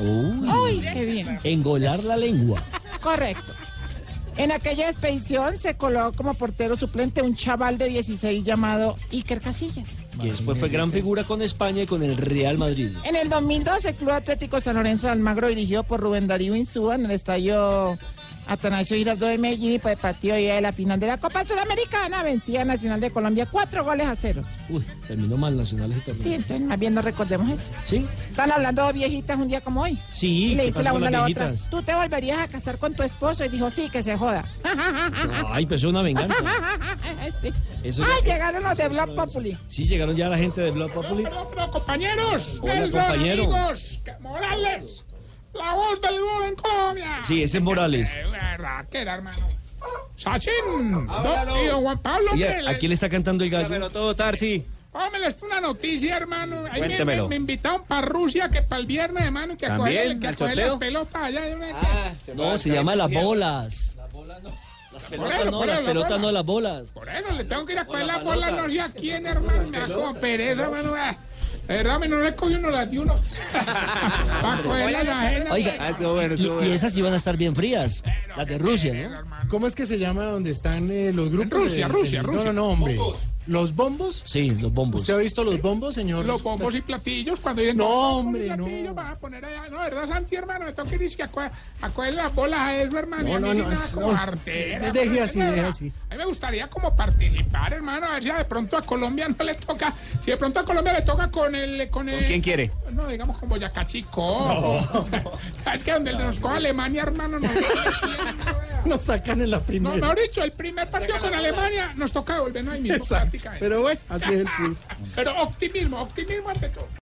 [SPEAKER 4] Uy.
[SPEAKER 22] Uy, qué bien.
[SPEAKER 4] Engolar la lengua.
[SPEAKER 22] Correcto. En aquella expedición se coló como portero suplente un chaval de 16 llamado Iker Casillas.
[SPEAKER 4] Que después fue gran figura con España y con el Real Madrid.
[SPEAKER 22] En el 2002, el Club Atlético San Lorenzo de Almagro, dirigido por Rubén Darío Insúa, en el estadio Atanasio Girardot de Medellín, para el partido ya de la final de la Copa Sudamericana, vencía a Nacional de Colombia cuatro goles a cero.
[SPEAKER 4] Uy, terminó mal Nacionales y
[SPEAKER 22] Sí,
[SPEAKER 4] Torneo.
[SPEAKER 22] entonces más bien no recordemos eso.
[SPEAKER 4] Sí.
[SPEAKER 22] Están hablando dos viejitas un día como hoy.
[SPEAKER 4] Sí,
[SPEAKER 22] Y le
[SPEAKER 4] ¿qué
[SPEAKER 22] dice
[SPEAKER 4] pasó
[SPEAKER 22] la
[SPEAKER 4] con
[SPEAKER 22] una a
[SPEAKER 4] las
[SPEAKER 22] la otra,
[SPEAKER 4] viejitas?
[SPEAKER 22] ¿tú te volverías a casar con tu esposo? Y dijo, sí, que se joda.
[SPEAKER 4] Ay, pues es una venganza.
[SPEAKER 22] Sí.
[SPEAKER 4] Eso
[SPEAKER 22] Ay,
[SPEAKER 4] ya-
[SPEAKER 22] llegaron los de Block Populi.
[SPEAKER 4] Sí, llegaron ya la gente de Blood Populi.
[SPEAKER 22] compañeros,
[SPEAKER 4] Hola, del Gran compañero. Amigos,
[SPEAKER 22] Morales, la voz del gol en Colombia.
[SPEAKER 4] Sí, ese es Morales.
[SPEAKER 22] Raquera, hermano.
[SPEAKER 17] Sachin,
[SPEAKER 22] Háblalo.
[SPEAKER 17] don- y don Juan Pablo,
[SPEAKER 4] Oye,
[SPEAKER 17] mire, le-
[SPEAKER 4] ¿a quién le está cantando el gallo? todo, Tarsi.
[SPEAKER 17] Pámela, esto es una noticia, hermano. Ahí me- me,
[SPEAKER 4] Cuéntemelo.
[SPEAKER 17] me invitaron para Rusia, que para el viernes, hermano, que a
[SPEAKER 4] ¿También?
[SPEAKER 17] coger, que a
[SPEAKER 4] ¿Al
[SPEAKER 17] coger
[SPEAKER 4] sorteo?
[SPEAKER 17] las pelotas allá. de una-
[SPEAKER 1] Ah,
[SPEAKER 4] No, se llama las bolas. Las pelotas
[SPEAKER 17] Ponelo,
[SPEAKER 4] no,
[SPEAKER 17] ponelo,
[SPEAKER 4] las pelotas
[SPEAKER 17] ponelo.
[SPEAKER 4] no, las bolas.
[SPEAKER 17] Bueno, le tengo que ir a coger
[SPEAKER 4] Hola,
[SPEAKER 17] la bola,
[SPEAKER 4] Manolo.
[SPEAKER 17] no sé a quién, hermano. Me da como pereza, hermano. ah. De verdad, me no le cogí uno, las di uno.
[SPEAKER 9] Ah,
[SPEAKER 4] Ah,
[SPEAKER 17] para cogerla la ajena.
[SPEAKER 4] Oiga, y, y esas iban a estar bien frías, las de Rusia, ¿no?
[SPEAKER 1] ¿Cómo es que se llama donde están eh, los grupos?
[SPEAKER 17] Rusia,
[SPEAKER 1] del-
[SPEAKER 17] Rusia,
[SPEAKER 1] del- No, no,
[SPEAKER 17] Rusia.
[SPEAKER 1] no, hombre.
[SPEAKER 17] Bombos.
[SPEAKER 1] ¿Los bombos?
[SPEAKER 4] Sí, los bombos.
[SPEAKER 1] ¿Usted ha visto los bombos, señor?
[SPEAKER 17] Los bombos y platillos, cuando vienen
[SPEAKER 1] No,
[SPEAKER 17] con bombos y
[SPEAKER 1] hombre, no.
[SPEAKER 17] platillos, van a poner allá. No, ¿verdad, Santi, hermano? Me tengo que ir que a, coger- a coger las bolas a eso, hermano. y
[SPEAKER 1] No,
[SPEAKER 17] a mí
[SPEAKER 1] no,
[SPEAKER 17] ni
[SPEAKER 1] no,
[SPEAKER 17] nada
[SPEAKER 1] es-
[SPEAKER 17] como
[SPEAKER 1] no.
[SPEAKER 17] artera,
[SPEAKER 1] Deje
[SPEAKER 17] hermano,
[SPEAKER 1] así,
[SPEAKER 17] de
[SPEAKER 1] deje
[SPEAKER 17] verdad.
[SPEAKER 1] así.
[SPEAKER 17] A mí me gustaría como participar, hermano, a ver si de pronto a Colombia no le toca. Si de pronto a Colombia le toca con el. ¿Con, el,
[SPEAKER 14] quién quiere?
[SPEAKER 17] No, digamos con Boyacá Chico. es que donde nos coja Alemania, hermano, nos,
[SPEAKER 1] Nos sacan en la
[SPEAKER 17] no,
[SPEAKER 1] primera.
[SPEAKER 17] mejor dicho, el primer partido con Alemania nos toca devolvernos ahí mismo.
[SPEAKER 1] Exacto.
[SPEAKER 17] prácticamente.
[SPEAKER 1] Pero bueno, así es el fútbol.
[SPEAKER 17] Pero optimismo, optimismo ante todo.